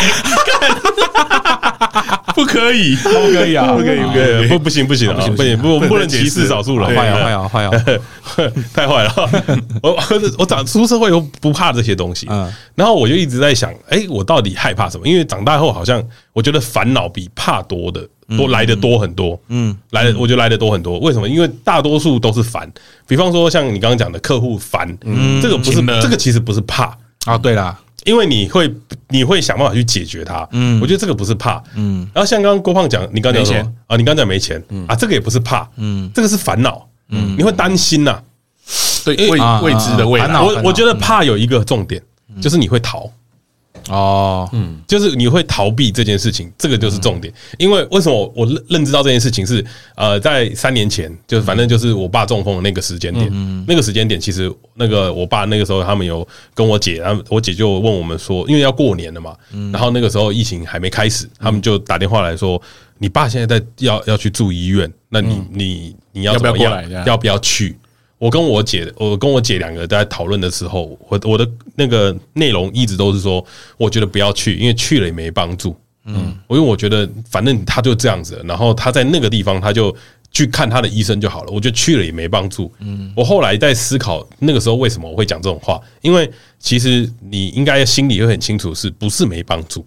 B: 干 不可以，不 可以啊，不可以，不可
C: 对，
B: 以，
C: 不不行不行啊，不行不不能歧视少数了，
D: 坏啊坏啊坏啊！
C: 太坏了！ 我我长出社会又不怕这些东西，
D: 嗯
C: 然后我就一直在想，哎、我到底害怕什么？因为长大后好像我觉得烦恼比怕多的
D: 嗯
C: 多来的多很多，嗯，来的我觉得来的多很多。为什么？因为大多数都是烦，比方说像你刚刚讲的客户烦，
D: 嗯
C: 这个不是
B: 情勒
C: 这个其实不是怕，
D: 啊，对啦，
C: 因为你会你会想办法去解决它。嗯，我觉得这个不是怕。嗯，然后像刚刚郭胖讲，你刚刚讲
B: 没
C: 什么
B: 钱
C: 啊？你刚刚讲没钱啊，这个也不是怕，嗯，这个是烦恼，嗯，你会担心呐。
B: 对未
D: 啊
B: 未知的未
D: 烦
B: 来
D: 恼。
C: 我我觉得怕有一个重点，就是你会逃。
D: 哦，
C: 就是你会逃避这件事情，这个就是重点。因为为什么我我认认知到这件事情是，呃，在三年前，就是反正就是我爸中风的那个时间点，
B: 嗯
C: 那个时间点其实那个我爸那个时候他们有跟我姐，然后我姐就问我们说，因为要过年了嘛，
B: 嗯
C: 然后那个时候疫情还没开始，他们就打电话来说，你爸现在在要要去住医院，那你你你要
B: 要不
C: 怎
B: 嗯要
C: 么
B: 过
C: 样
B: 来这样
C: 要不要去？我跟我姐，我跟我姐两个在讨论的时候，我我的那个内容一直都是说，我觉得不要去，因为去了也没帮助。嗯，因为我觉得反正他就这样子了，然后他在那个地方他就去看他的医生就好了，我觉得去了也没帮助。嗯，我后来在思考那个时候为什么我会讲这种话，因为其实你应该心里会很清楚，是不是没帮助，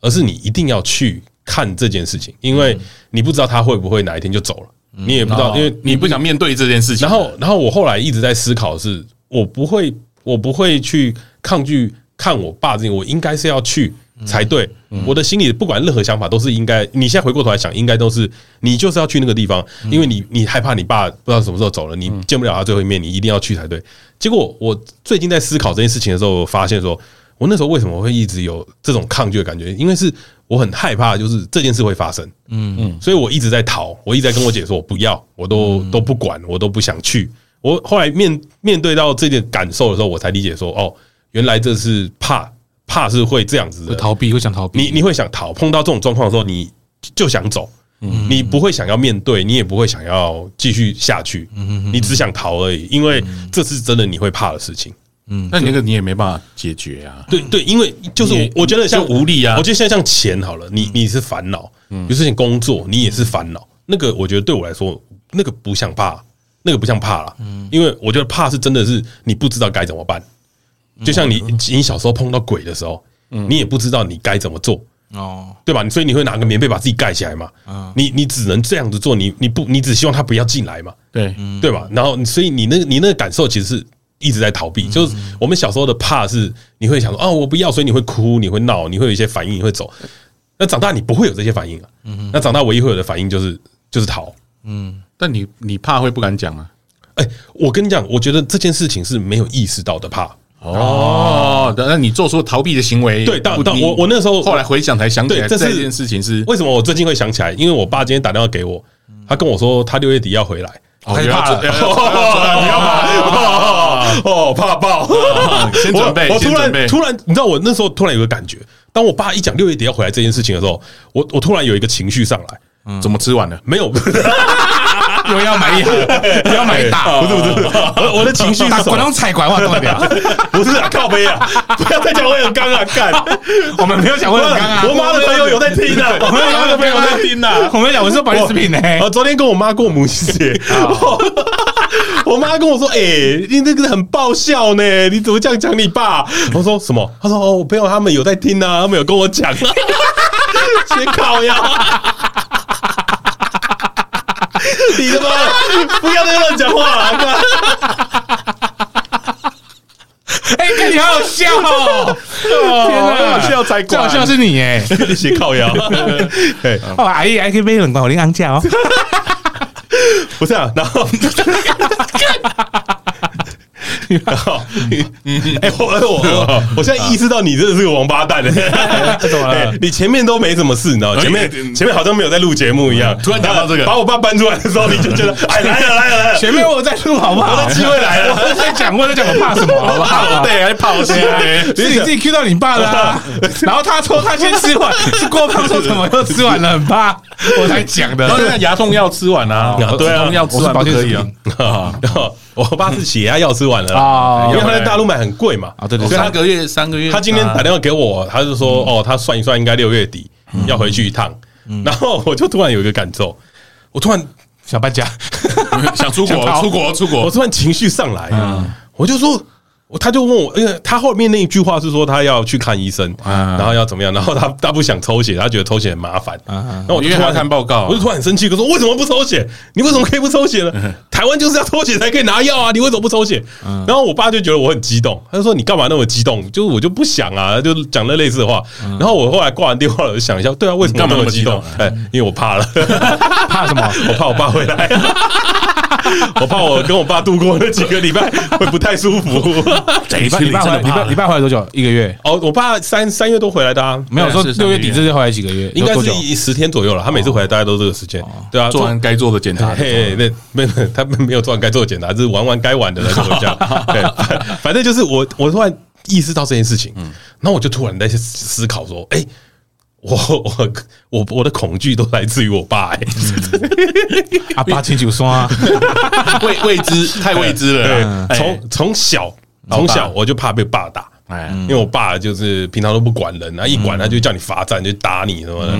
C: 而是你一定要去看这件事情，因为你不知道他会不会哪一天就走了，你也不知道，因为
B: 你不想面对这件事情。
C: 然后，然后我后来一直在思考的是，我不会，我不会去抗拒看我爸这件，我应该是要去才对。我的心里不管任何想法都是应该，你现在回过头来想，应该都是你就是要去那个地方，因为你你害怕你爸不知道什么时候走了，你见不了他最后一面，你一定要去才对。结果我最近在思考这件事情的时候，我发现说，我那时候为什么会一直有这种抗拒的感觉？因为是我很害怕，就是这件事会发生。所以我一直在逃，我一直在跟我姐说，我不要，我都
B: 嗯
C: 都不管，我都不想去。我后来面面对到这点感受的时候，我才理解说，哦，原来这是怕，怕是会这样子
D: 会
C: 的。
D: 逃避，会想逃避。
C: 你你会想逃，碰到这种状况的时候，你就想走，
B: 嗯
C: 你不会想要面对，你也不会想要继续下去，
B: 嗯
C: 你只想逃而已，因为这是真的你会怕的事情。
B: 那你那个你也没办法解决啊。
C: 对对，因为就是
B: 你也
C: 我我觉得像
B: 就无力啊
C: 我觉得现在像钱好了，你你是烦恼，有事情工作你也是烦恼，那个我觉得对我来说，那个不像怕，那个不像怕啦，因为我觉得怕是真的是你不知道该怎么办，就像你你小时候碰到鬼的时候，你也不知道你该怎么做，
D: 哦，
C: 对吧？所以你会拿个棉被把自己盖起来嘛，你你只能这样子做，你你不你只希望他不要进来嘛，
B: 对，
C: 对吧？然后你所以你那个你那个感受其实是一直在逃避，就是我们小时候的怕是你会想说哦我不要，所以你会哭，你会闹，你会有一些反应，你会走。那长大你不会有这些反应啊，那长大唯一会有的反应就是就是逃。
B: 但你你怕会不敢讲啊。
C: 哎、我跟你讲，我觉得这件事情是没有意识到的怕。
B: 哦，那你做出逃避的行为，
C: 对但
B: 不
C: 但
B: 你
C: 我我那时候
B: 后来回想才想起来，
C: 对这是
B: 件事情是
C: 为什么我最近会想起来？因为我爸今天打电话给我，他跟我说他六月底要回来。
B: 哦
D: 开始
B: 原来
D: 怕了
B: 这
C: 哦，你要怕哦，怕爆！
B: 先准备
C: 我我突
B: 先准备
C: 然突然，你知道我那时候突然有个感觉，当我爸一讲六月底要回来这件事情的时候，我我突然有一个情绪上来，
B: 怎么吃完了？
C: 没有，不是不是
D: 又要买一盒，又要买一大， 哦
C: 不是，我我的情绪
D: 打
C: 是什
D: 广
C: 么？
D: 东菜馆，啊我动了。
C: 不是啊，靠背啊！不要再讲我很刚啊，干！
D: 我们没有讲过很刚啊，
C: 我妈的朋友有在听啊，我
D: 我
C: 妈
D: 妈
C: 的朋
D: 的朋
C: 友
D: 友
C: 在
D: 在
C: 听啊。
D: 我们讲我是保健食品呢。
C: 我昨天跟我妈过母亲节，
D: 啊
C: 我妈跟我说：“哎、你那个很爆笑呢，你怎么这样讲你爸？”我说：“什么？”她说：“哦，我朋友他们有在听啊，他们有跟我讲、啊。” 先烤呀！你他妈不要再乱讲话了、啊！
D: 哎，看你好好笑 哦！天
C: 好笑才
D: 最
C: 怪
D: 好笑是你哎。
C: 你写靠 腰，对，
D: 哦，阿姨，还可以被冷到你安 价哦。
C: 不是啊，然后。然后，哎、我我我我现在意识到你真的是个王八蛋了、
D: 怎么了
C: 哎你前面都没什么事，你知道吗，前面前面好像没有在录节目一样。
B: 突然讲到这个
C: 把我爸搬出来的时候，你就觉得，哎，来了来了来了，
D: 前面我在录好不
C: 我
D: 好
C: 的？机会来了。
D: 我在讲，我在讲我怕什么，好不好？
B: 对，还泡虾嘞。
D: 是你自己 Q 到你爸 的、啊，然后他说他先吃完，是郭胖说怎么又吃完了，很怕我才讲
B: 然后那
D: 的。
B: 牙痛药吃完 啊，
C: 对啊
B: 止痛药吃完不可以
D: 我是保健食
B: 啊
D: 品。
C: 然后我爸是血压药吃完了
D: 哦
C: 啦，因为他在大陆买很贵嘛。
D: 啊，对对
B: 我
D: 对，
B: 三个月，三个月。啊
C: 他今天打电话给我，他就说：“
B: 嗯
C: 哦，他算一算，应该六月底要回去一趟。”然后我就突然有一个感受，我突然
D: 小搬家，
B: 话 想出
D: 想
B: 国，
D: 逃
B: 出国，出
C: 我
B: 国。
C: 突然情绪上来，
B: 嗯
C: 我就说，我他就问我，因为他后面那一句话是说他要去看医生，
B: 啊
C: 然后要怎么样，然后他他不想抽血，他觉得抽血很麻烦，然后我就
B: 因为
C: 突
B: 他
C: 然
B: 看报告啊
C: 我就突然很生气，我说为什么不抽血？你为什么可以不抽血
B: 嗯
C: 呢？台湾就是要抽血才可以拿药啊，你为什么不抽血？然后我爸就觉得我很激动，他就说你干嘛那么激动？就是我就不想啊，就讲了类似的话。然后我后来挂完电话了，我就想一下，对啊，为什
B: 嗯
C: 么
B: 干嘛
C: 那
B: 那
C: 么
B: 么
C: 激
B: 激
C: 动
B: 动？
C: 哎，因为 我怕了，
D: 怕什么？
C: 我怕我爸回来。 我怕我跟我爸度过那几个礼拜会不太 舒服。
D: 礼拜礼拜回来，礼拜礼拜回来多久？一个月？
C: 哦，我爸三三月都回来的啊，
D: 没有说
B: 对啊是
D: 六月底
B: 三个月
D: 这次回来几个月？
C: 应该
D: 多
C: 是
D: 久？
C: 一十天左右了。他每次回来大概都这个时间，对啊，
B: 哦做完该做的检查，
C: 嘿，那没有，他们没有做完该做的检查，就是玩玩该玩的来跟 我讲。对，反反
B: 嗯
C: 正就是我，我突然意识到这件事情，然后我就突然在思考说，哎、我我我我的恐惧都来自于我爸、欸，
D: 啊，八千九双 啊，
B: 未未知太未知了啦，
C: 对，
B: 哎
C: 从从小从小我就怕被爸打。
B: 哎
C: 因为我爸就是平常都不管人啊，一
B: 嗯
C: 管他就叫你罚站，就打你什么的。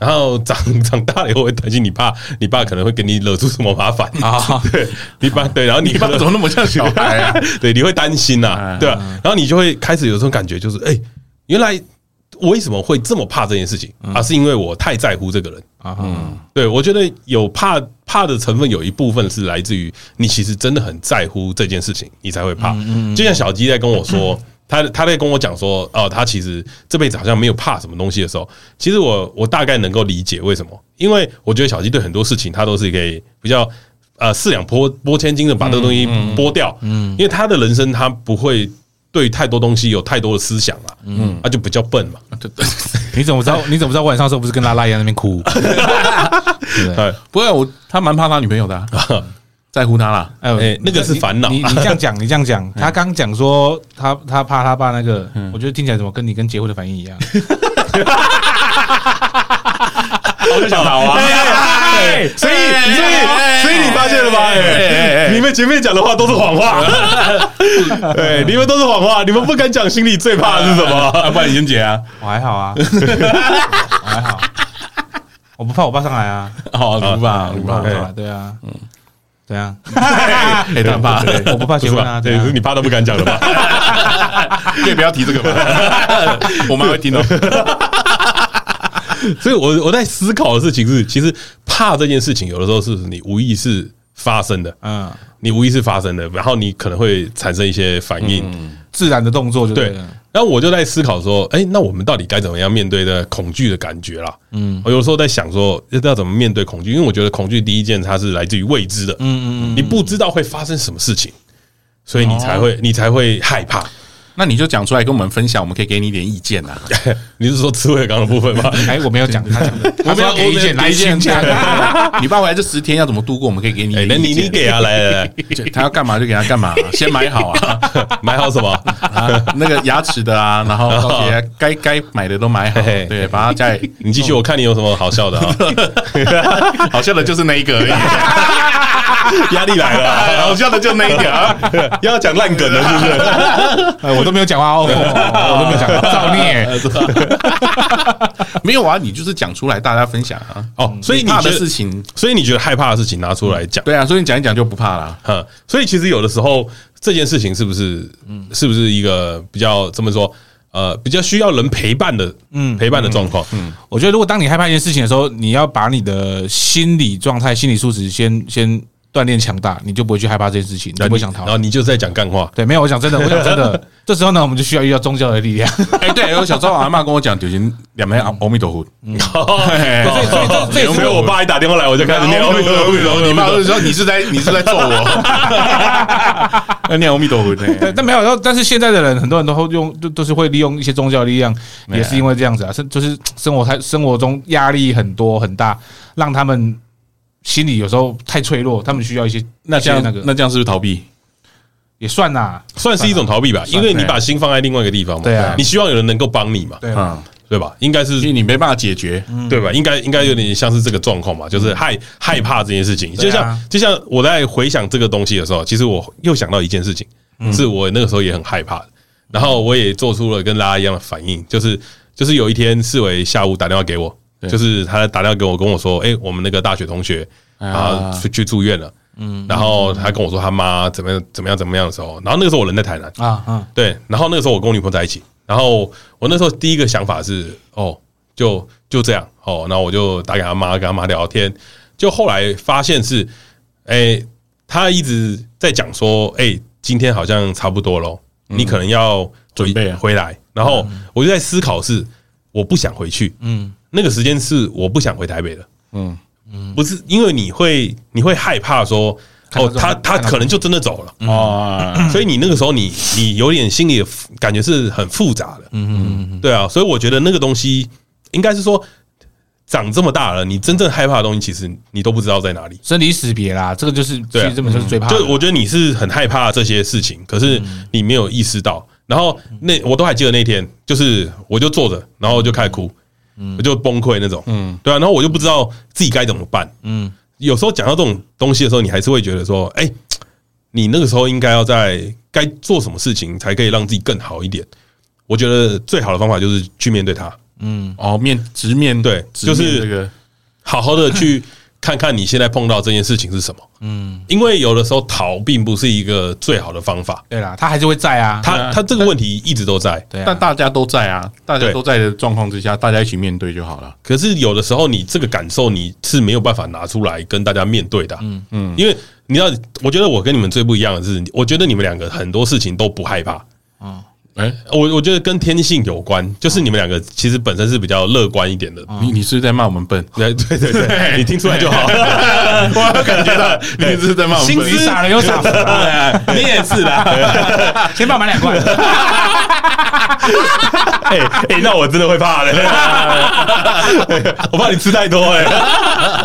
C: 然后长长大了以后，会担心你爸，你爸可能会给你惹出什么麻烦啊
D: 啊？
C: 对，你爸对，然后你
B: 你爸
C: 可能
B: 怎么那么像小孩啊？
C: 对，你会担心呐、
B: 哎
C: 对、啊，然后你就会开始有这种感觉，就是哎、原来我为什么会这么怕这件事情啊？是因为我太在乎这个人。
D: 啊，嗯
C: 对我觉得有怕怕的成分，有一部分是来自于你其实真的很在乎这件事情，你才会怕。就像小鸡在跟我说。 他他在跟我讲说，哦，他其实这辈子好像没有怕什么东西的时候，其实我我大概能够理解为什么，因为我觉得小鸡对很多事情他都是可以比较呃四两拨拨千斤的把这个东西拨掉，嗯，因为他的人生他不会对太多东西有太多的思想嘛，嗯，他就比较笨嘛，
D: 你怎么知道？你怎么知道晚上的时候不是跟拉拉一样在那边哭？
C: 哎
B: 不会，我他蛮怕他女朋友的啊，在乎他啦。
D: 哎呦
C: 哎那个是烦恼
D: 你你你这样 讲，你这样讲，他刚讲说他他怕他爸那个，我觉得听起来怎么跟你跟结婚的反应一样？
B: 我就想打啊
C: 哎，所以所
B: 哎
C: 以所以你发现了吧？哎，你们前面讲的话都是谎话，对，你们都是谎话，你们不敢讲，心里最怕的是什么？
B: 啊，不然你先解 啊。
D: 我还好 啊，我还好，我不怕我爸上来啊，
B: 哦，你不怕，你
D: 我
B: 不
D: 不怕
B: 怕
D: 我，上来，对啊，对啊，
B: 哎，当然怕，
D: 我 不怕结
C: 是
D: 婚
C: 吧？
D: 啊，
C: 对
D: 对，啊
C: 是，你怕都不敢讲的吧？
B: 可以不要提这个嘛，我妈会听到。
C: 所以我我在思考的事情是，其实怕这件事情，有的时候是你无意识发生的，
D: 嗯，
C: 你无意识发生的，然后你可能会产生一些反应，
D: 自然的动作就
C: 对
D: 了。。
C: 然后我就在思考说，哎、那我们到底该怎么样面对的恐惧的感觉啦？嗯，我有时候在想说，要怎么面对恐惧？因为我觉得恐惧第一件它是来自于未知的，嗯嗯，你不知道会发生什么事情，所以你才会、你才会害怕。
B: 那你就讲出来跟我们分享，我们可以给你一点意见呐。
C: 你是说刺猬刚的部分 吗？
D: 哎，我没有讲，他讲的，我没有给意见，来
B: 意
D: 询价。
B: 你爸回来这十天要怎么度过，我们可以给你
C: 哎、
B: 一
C: 那
B: 点
C: 你
B: 意见。
C: 你给啊，来来来，
B: 就他要干嘛就给他干嘛，先买好啊，
C: 买好什么？
B: 啊 那个牙齿的啊，然后高铁该该买的都买好，
C: 嘿嘿
B: 对，把他家 里
C: 你继续，我看你有什么好笑的 啊？
B: 好笑的就是那一个而已，
C: 压力来了啊、
B: 好笑的就那一个啊，
C: 要讲烂梗了，是不是？
D: 哎，我都没有讲话哦，我都没有讲话，造 孽。
B: 呃没有啊，你就是讲出来，大家分享啊。
C: 哦，所以你
B: 怕
C: 觉
B: 的
C: 得
B: 事，情，
C: 所以你觉得害怕的事情拿出来讲。
B: 对啊，所以你讲一讲就不怕啦。
C: 哈，嗯所以其实有的时候这件事情是不是，是不是一个比较怎么说，呃，比较需要人陪伴的，嗯，陪伴的状况，嗯，
D: 我觉得，如果当你害怕一件事情的时候，你要把你的心理状态、心理素质先先锻炼强大，你就不会去害怕这件事情，你就不会想逃
C: 然。后你就在讲干 话，
D: 对，没有，我讲真的，我讲真的，这时候呢，我们就需要遇到宗教的力 量。所
B: 哎，对，有小时候阿妈跟我讲，就是两枚阿阿弥陀佛，
D: 以，所以这 这也
C: 所以
D: 是
C: 我爸一打电话来，我就开始 念
B: 阿弥陀
C: 阿弥陀
B: 佛，
C: 佛
B: 你妈就说你是在你是在揍我， 要念阿弥陀佛
D: 对，
B: 呢。
D: 但没有。然后，但是现在的人，很多人都会用，都都是会利用一些宗教力量，
B: 对啊
D: 也是因为这样子啊，生就是生活太生活中压力很多很大，让他们心里有时候太脆弱，他们需要一些
B: 那这
D: 一
B: 样
D: 些那个
B: 那这样是不是逃避？
D: 也算啦，
C: 算是一种逃避吧，因为你把心放在另外一个地方嘛，
D: 对啊
C: 你希望有人能够帮你嘛，
D: 对啊，
B: 啊，
C: 对吧？应该是
B: 因
C: 嗯
B: 为你没办法解决，
C: 对吧？应该应该有点像是这个状况嘛，就是害害怕这件事情。
D: 对
C: 就
D: 啊
C: 像就像我在回想这个东西的时候，其实我又想到一件事情，是我那个时候也很害怕的，然后我也做出了跟大家一样的反应，就是就是有一天世伟下午打电话给我，就是他打电话给我跟我说，哎，我们那个大学同学啊去去住院了。嗯，然后他跟我说他妈怎么样怎么样怎么样的时候，然后那个时候我人在台南，
D: 啊啊，
C: 对，然后那个时候我跟我女朋友在一起，然后我那时候第一个想法是，哦，就就这样，哦，然后我就打给他妈，跟他妈聊天，就后来发现是，哎、他一直在讲说，哎、今天好像差不多咯，你可能要准
B: 备啊
C: 回来，然后我就在思考是，我不想回去，嗯，那个时间是我不想回台北的，嗯
B: 嗯
C: 嗯，不是因为你会你会害怕说，
D: 看到
C: 哦，
D: 这种
C: 他他
D: 看到
C: 可能就真的走了。
B: 哦，
C: 所以你那个时候你你有点心里的复感觉是很复杂的，嗯嗯，对啊，所以我觉得那个东西应该是说长这么大了，你真正害怕的东西，其实你都不知道在哪里。
D: 生离死别啦，这个就是其
C: 对啊
D: 实根本就是最怕的。
C: 就我觉得你是很害怕这些事情，可是你没有意识到。然后那我都还记得那天，就是我就坐着，然后就开始哭，我就崩溃那种，嗯，对啊，然后我就不知道自己该怎么办，嗯，有时候讲到这种东西的时候，你还是会觉得说，哎、你那个时候应该要在该做什么事情才可以让自己更好一点。我觉得最好的方法就是去面对它，
B: 哦，面直面
C: 对
B: 直面
C: 就是
B: 这个
C: 好好的去看看你现在碰到这件事情是什么，嗯，因为有的时候逃并不是一个最好的方法，
D: 对啦，他还是会在啊，
B: 对啊
C: 他他这个问题一直都在，
D: 对啊
B: 但大家都在啊，大家
C: 对
B: 都在的状况之下，大家一起面对就好了。
C: 可是有的时候你这个感受你是没有办法拿出来跟大家面对的啊、嗯嗯，因为你要，我觉得我跟你们最不一样的是，我觉得你们两个很多事情都不害怕。
B: 哎，
C: 我我觉得跟天性有关，就是你们两个其实本身是比较乐观一点的。
B: 你你是不是在骂我们笨？
C: 对对对对，你听出来就好。
B: 我感觉到你是不是在骂我们
D: 心
B: 笨
D: 思。傻了又傻福 啊，
C: 你也是啦。
D: 先帮我买两罐。
C: 哎哎，那我真的会怕的， 我怕你吃太多哎、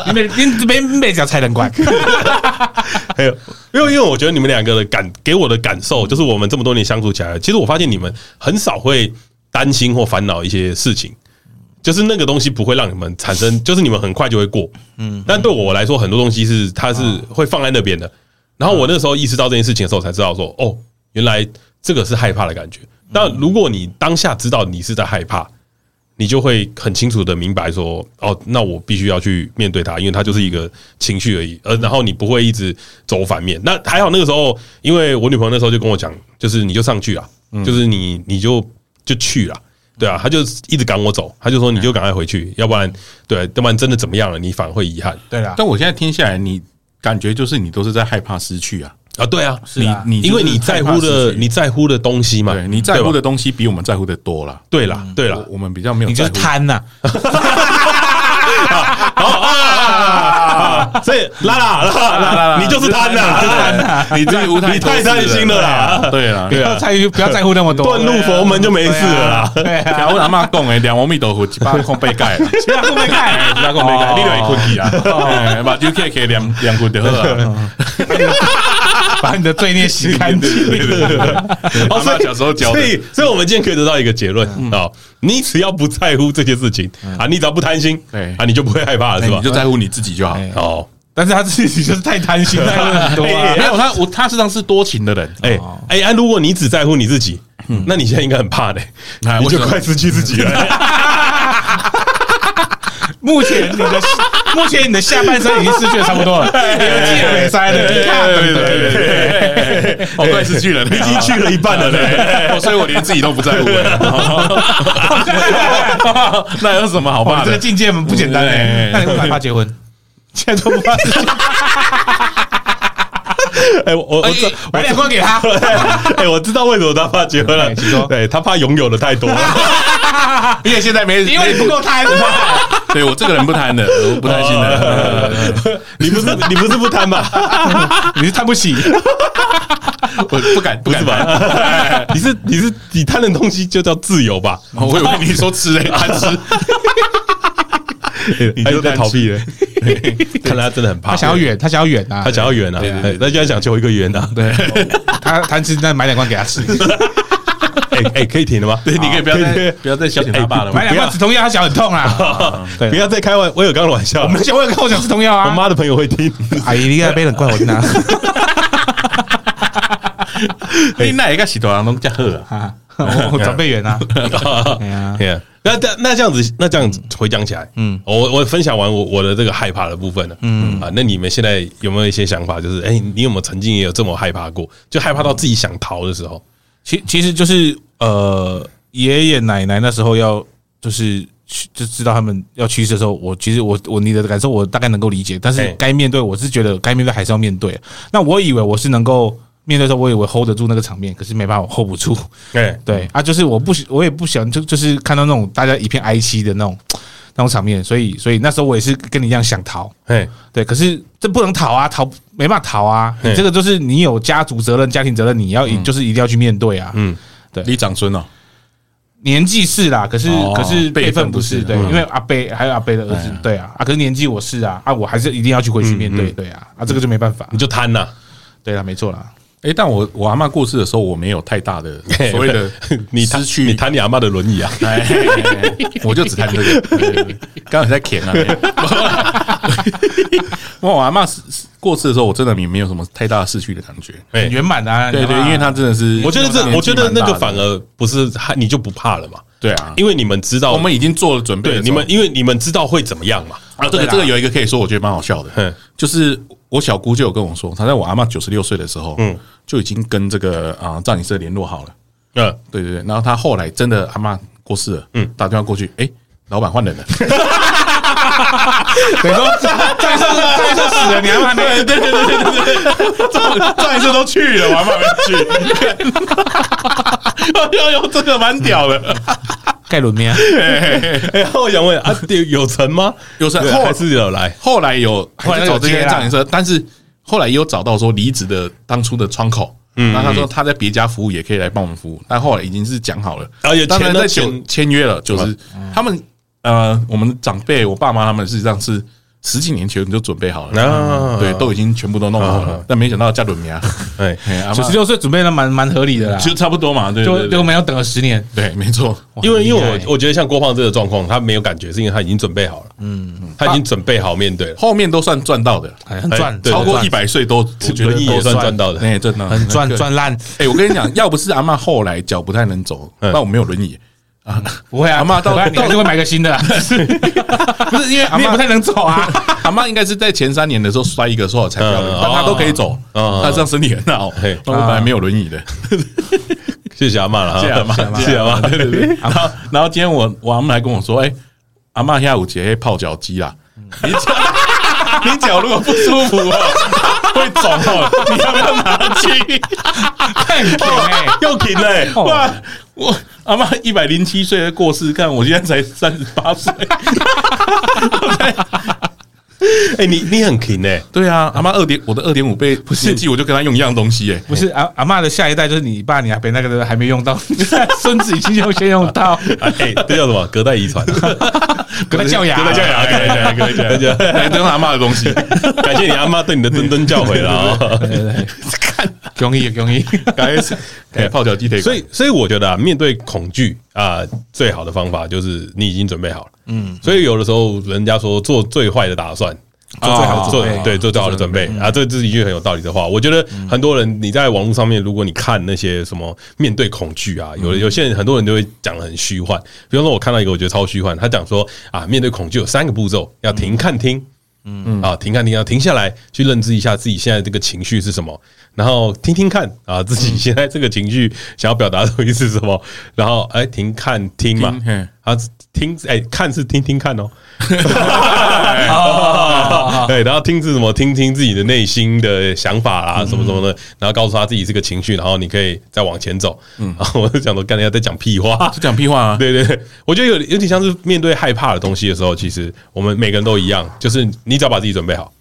D: 你每你每每只要拆两罐，
C: 还有，哎因为因为我觉得你们两个的感给我的感受，就是我们这么多年相处起来，其实我发现你们很少会担心或烦恼一些事情，就是那个东西不会让你们产生，就是你们很快就会过。嗯，啊但对我来说，很多东西是它是会放在那边的。然后我那时候意识到这件事情的时候，才知道说，哦，原来这个是害怕的感觉。那如果你当下知道你是在害怕，你就会很清楚的明白说，哦，那我必须要去面对它，因为它就是一个情绪而已。呃，然后你不会一直走反面。那还好，那个时候，因为我女朋友那时候就跟我讲，就是你就上去啊，就是你你就就去了。对啊，她就一直赶我走，她就说你就赶快回去，要不然对，要不然真的怎么样了，你反而会遗憾
D: 对 啦，
B: 但我现在听下来，你感觉就是你都是在害怕失去啊，
C: 啊。对啊，
D: 是啊
B: 你你
C: 因为
B: 就是
C: 你在
B: 害怕
C: 乎
B: 失
C: 的
B: 去
C: 你在乎的东西嘛，
B: 对你在
C: 对吧
B: 乎的东西比我们在乎的多了。
C: 对啦，对啦
B: 我，我们比较没有
D: 你
B: 在
D: 就
B: 乎，
D: 是贪呐，
C: 啊，所以拉拉拉拉拉，你就是贪呐，
B: 呐，你在乎
C: 你太贪心了啦
B: 对啊，
C: 对
B: 对啊，
C: 啊，
D: 在于不要在乎那么多，
C: 遁入佛门就没事了啦。
D: 对啊，
B: 然后阿妈讲诶，两阿弥陀佛，一百空被盖了，
D: 不要 后面看，
B: 一百空被盖，你就会困去啊，哎把 U K K 两两棍就好了。
D: 把你的罪孽洗干净。
C: 哦，所
B: 阿嬷
C: 以
B: 小时候教的嗯
C: 所以，所以我们今天可以得到一个结论啊，你只要不在乎这些事情啊，你只要不贪心，
B: 对哎
C: 啊，你就不会害怕了，是
B: 你
C: 吧
B: 就？在乎你自己就好。
D: 哎
C: 哦，
D: 但是他自己就是太贪心，太很多啊
B: 没有他，我他实际上是多情的人，
C: 哎哎啊，如果你只在乎你自己，那你现在应该很怕的，
B: 嗯哎
C: 你
B: 为
C: 就
B: 什么
C: 快失去自己 了。
D: 目前你的目前你的下半身已经失去的差不多了，
C: 哎
D: 有肌没塞了，你看
B: 对对对对，我快失去了，你已
C: 已经去了一半了嘞。
B: 了，所以我连自己都不在乎了。那有什么好
D: 哇，
B: 怕
D: 啊你这
B: 的？
D: 个境界不简单哎
B: 哎。
D: 那你会不会害怕结婚？现在都不怕自己，
C: 哎，我我我知
D: 把两罐给他，
C: 哎，我知道为什么他怕结婚了
D: 哎请说，
C: 对他怕拥有的太多 了，
B: 因为现在没，
D: 因为你不够贪。
B: 对我这个人不贪的，我不贪心的，
C: 你不是你不是不贪吧？
D: 你是贪不起，
B: 我不敢不
C: 不是
B: 敢贪。
C: 吧？ 你是你是你贪的东西就叫自由吧？
B: 我以为你说吃嘞，贪吃。
C: 哎你就在逃避了，看来他真的很怕，
D: 他想要，远，他想要远啊
C: 他，想要圆啊，哎他现在想求一个圆 啊。对，
D: 他贪吃，那买两罐给 他吃，
C: 哎哎，可以停了吗？对，啊
B: 你可以不要再不要再消遣他爸了嘛
D: 买。两罐止痛药，他想很 痛啊。对
C: 不要再开玩我有刚刚的玩笑，
D: 而且我有跟我讲止痛药
C: 我
D: 啊，
C: 妈的朋友会听。
D: 阿姨，你那杯冷罐我拿。
B: 你那一个洗头人拢加好啊，
D: 啊， 我长辈员啊，哎呀，
C: Yeah 啊那那那这样子，那这样子回想起来，嗯，我我分享完我我的这个害怕的部分了，嗯啊，那你们现在有没有一些想法？就是，哎、你有没有曾经也有这么害怕过？就害怕到自己想逃的时候，
D: 其其实就是呃，爷爷奶奶那时候要就是去就知道他们要去世的时候，我其实我我你的感受我大概能够理解，但是
C: 哎
D: 该面对我是觉得该面对还是要面对。那我以为我是能够面对的时候，我以为 hold 得住那个场面，可是没办法 hold 不住。
C: 哎、
D: 对啊，就是我不喜，我也不喜欢，就就是看到那种大家一片哀戚的那种那种场面，所以所以那时候我也是跟你一样想逃，
C: 哎、
D: 对，可是这不能逃啊，逃没办法逃啊，
C: 嗯
D: 你这个就是你有家族责任、家庭责任，你要一就是一定要去面对啊。
C: 嗯，
B: 你长孙哦，
D: 年纪是啦，可是
B: 哦
D: 可是
B: 辈
D: 辈分
B: 分
D: 不
B: 不
D: 是
B: 是
D: 对，
B: 嗯
D: 因为阿贝还有阿贝的儿子，对啊啊，可是年纪我是啊啊，我还是一定要去回去面对，对啊啊，这个就没办法，
C: 你就贪呐、
D: 对啊，没错啦，
B: 哎，但我我阿嬷过世的时候，我没有太大的所谓的
C: 你
B: 失
C: 谈
B: 去
C: 你谈你阿妈的轮椅啊？
B: 哎，我就只谈这个。对对对刚才在舔啊。我我阿妈过世的时候，我真的也没有什么太大的逝去的感觉。
D: 很圆满的啊，
B: 对
D: 你知
B: 对
D: 道，吗
B: 因为他真的是，
C: 我觉得
B: 年纪
C: 这，我觉得
B: 蛮大
C: 那
B: 的
C: 个反而不是害，你就不怕了嘛？
B: 对啊，因
C: 因为你们知道，
B: 为我们已经做了准备
C: 对
B: 了。
C: 你们，因为你们知道会怎么样嘛？
B: 啊，这个
D: 对啦
B: 这个有一个可以说，我觉得蛮好笑
C: 嗯
B: 的，就是我小姑就有跟我说，她在我阿嬷九十六岁的时候，嗯，就已经跟这个啊葬仪社联络好了。
C: 嗯，
B: 对对对，然后她后来真的阿嬷过世了，嗯，打电话过去，哎，老板换人了。
D: 等于说再上再上死了，你还没对对对对对对，
B: 上一次都去了，我还没去。要哎要这个蛮屌的，
D: 盖伦啊面
C: 然后我想问啊，有有成吗？
B: 有成
C: 对
B: 后
C: 还是有来？
B: 后来有后来找这
D: 后来有接
B: 些
D: 啦
B: 藏人社，但是后来也有找到说离职的当初的窗口。嗯，那他说他在别家服务也可以来帮我们服务，但后来已经是讲好了，
C: 啊有
B: 当然
C: 签了
B: 在九
C: 签
B: 签约了，就是他们呃，我们长辈，我爸妈他们事实上是十几年前就准备好了，
C: 啊，
B: 嗯对，都已经全部都弄好
C: 啊
B: 了，但没想到加伦米亚，
C: 哎，啊
B: 哎阿嬷
D: 九十六岁准备的蛮蛮合理的啦，
B: 其实差不多嘛，对
D: 就
B: 对
D: 就
B: 对，
D: 没有等了十年，
B: 对，没错，
C: 因为
D: 很厉
C: 因
D: 害
C: 为我我觉得像郭胖这个状况，他没有感觉，是因为他已经准备好了，嗯，他已经准备好面对了，
B: 后面都算赚到的了。
D: 哎很
C: 哎
D: 赚，
C: 对
B: 超过
D: 赚
B: 一百岁都，我觉得
C: 轮椅也
B: 都
C: 算赚到的。
B: 哎，真的
D: 很 赚。
B: 那个
D: 赚烂，
B: 哎，我跟你讲，要不是阿嬷后来脚不太能 走，
C: 嗯
B: 那我没有轮椅。
D: 不会啊，
B: 阿嬷到
D: 不然你还是会买个新的啦，
B: 不是因为阿
D: 你也不
B: 嬷，
D: 太能走啊，
B: 阿嬷应该是在前三年的时候摔一个，说我才不要轮椅
C: 嗯
B: 但
D: 哦
B: 她都可以走，
C: 嗯
B: 她这样身体很好
C: 嘿。
B: 那我本来没有轮 椅的，
C: 谢谢阿妈了啊，
B: 谢谢阿嬷
C: 谢谢阿妈，对对对。
B: 然后然后今天我我阿嬷还跟我说，哎，阿嬷下午节泡脚机啦，
D: 嗯
B: 你脚你脚如果不舒服哦，会肿哦，你要不要拿去？
D: 太甜哎，
C: 又停了、欸，
D: 哦
B: 哇！我阿妈一百零七岁的过世，看我现在才三十八岁。
C: 哎、你你很 停哎、
B: 对啊，阿妈二点我的二点五倍不是年纪，我就跟她用一样东西哎、
D: 不是阿阿嬷的下一代就是你爸你阿伯那个的还没用到， 孙子已经要先用到，
C: 哎、这叫什么？隔代遗传、啊，
D: 隔代教养，
C: 隔代教 养，隔代教养，隔代教
B: 欸，都是阿妈的东西。
C: 养。 感谢你阿妈对你的谆谆教诲了啊、
D: 对对对，看容易容易，
B: 感 谢感谢泡脚鸡腿，
C: 所以，所以我觉得啊，面对恐惧啊、最好的方法就是你已经准备好了。嗯，所以有的时候人家说做最坏的打算，做
D: 最好的
C: 做
D: 准备
C: 对做最好的准备啊，这这是一句很有道理的话。我觉得很多人你在网络上面，如果你看那些什么面对恐惧啊，有的有些人很多人就会讲的很虚幻。比方说，我看到一个我觉得超虚幻，他讲说啊，面对恐惧有三个步骤，要停、看、听。嗯啊，停看停啊，停下来去认知一下自己现在这个情绪是什么，然后听听看啊，自己现在这个情绪想要表达的东西是什么，然后哎，停看听嘛
B: 听嘿，
C: 啊听哎看是听听看哦， 哦对，然后听是什么？听听自己的内心的想法啦，什么什么的，然后告诉他自己是个情绪，然后你可以再往前走。嗯，然 后我就想说，干人家在讲屁话，
B: 就讲屁话啊。
C: 对对对，我觉得有有点像是面对害怕的东西的时候，其实我们每个人都一样，就是你只要把自己准备好，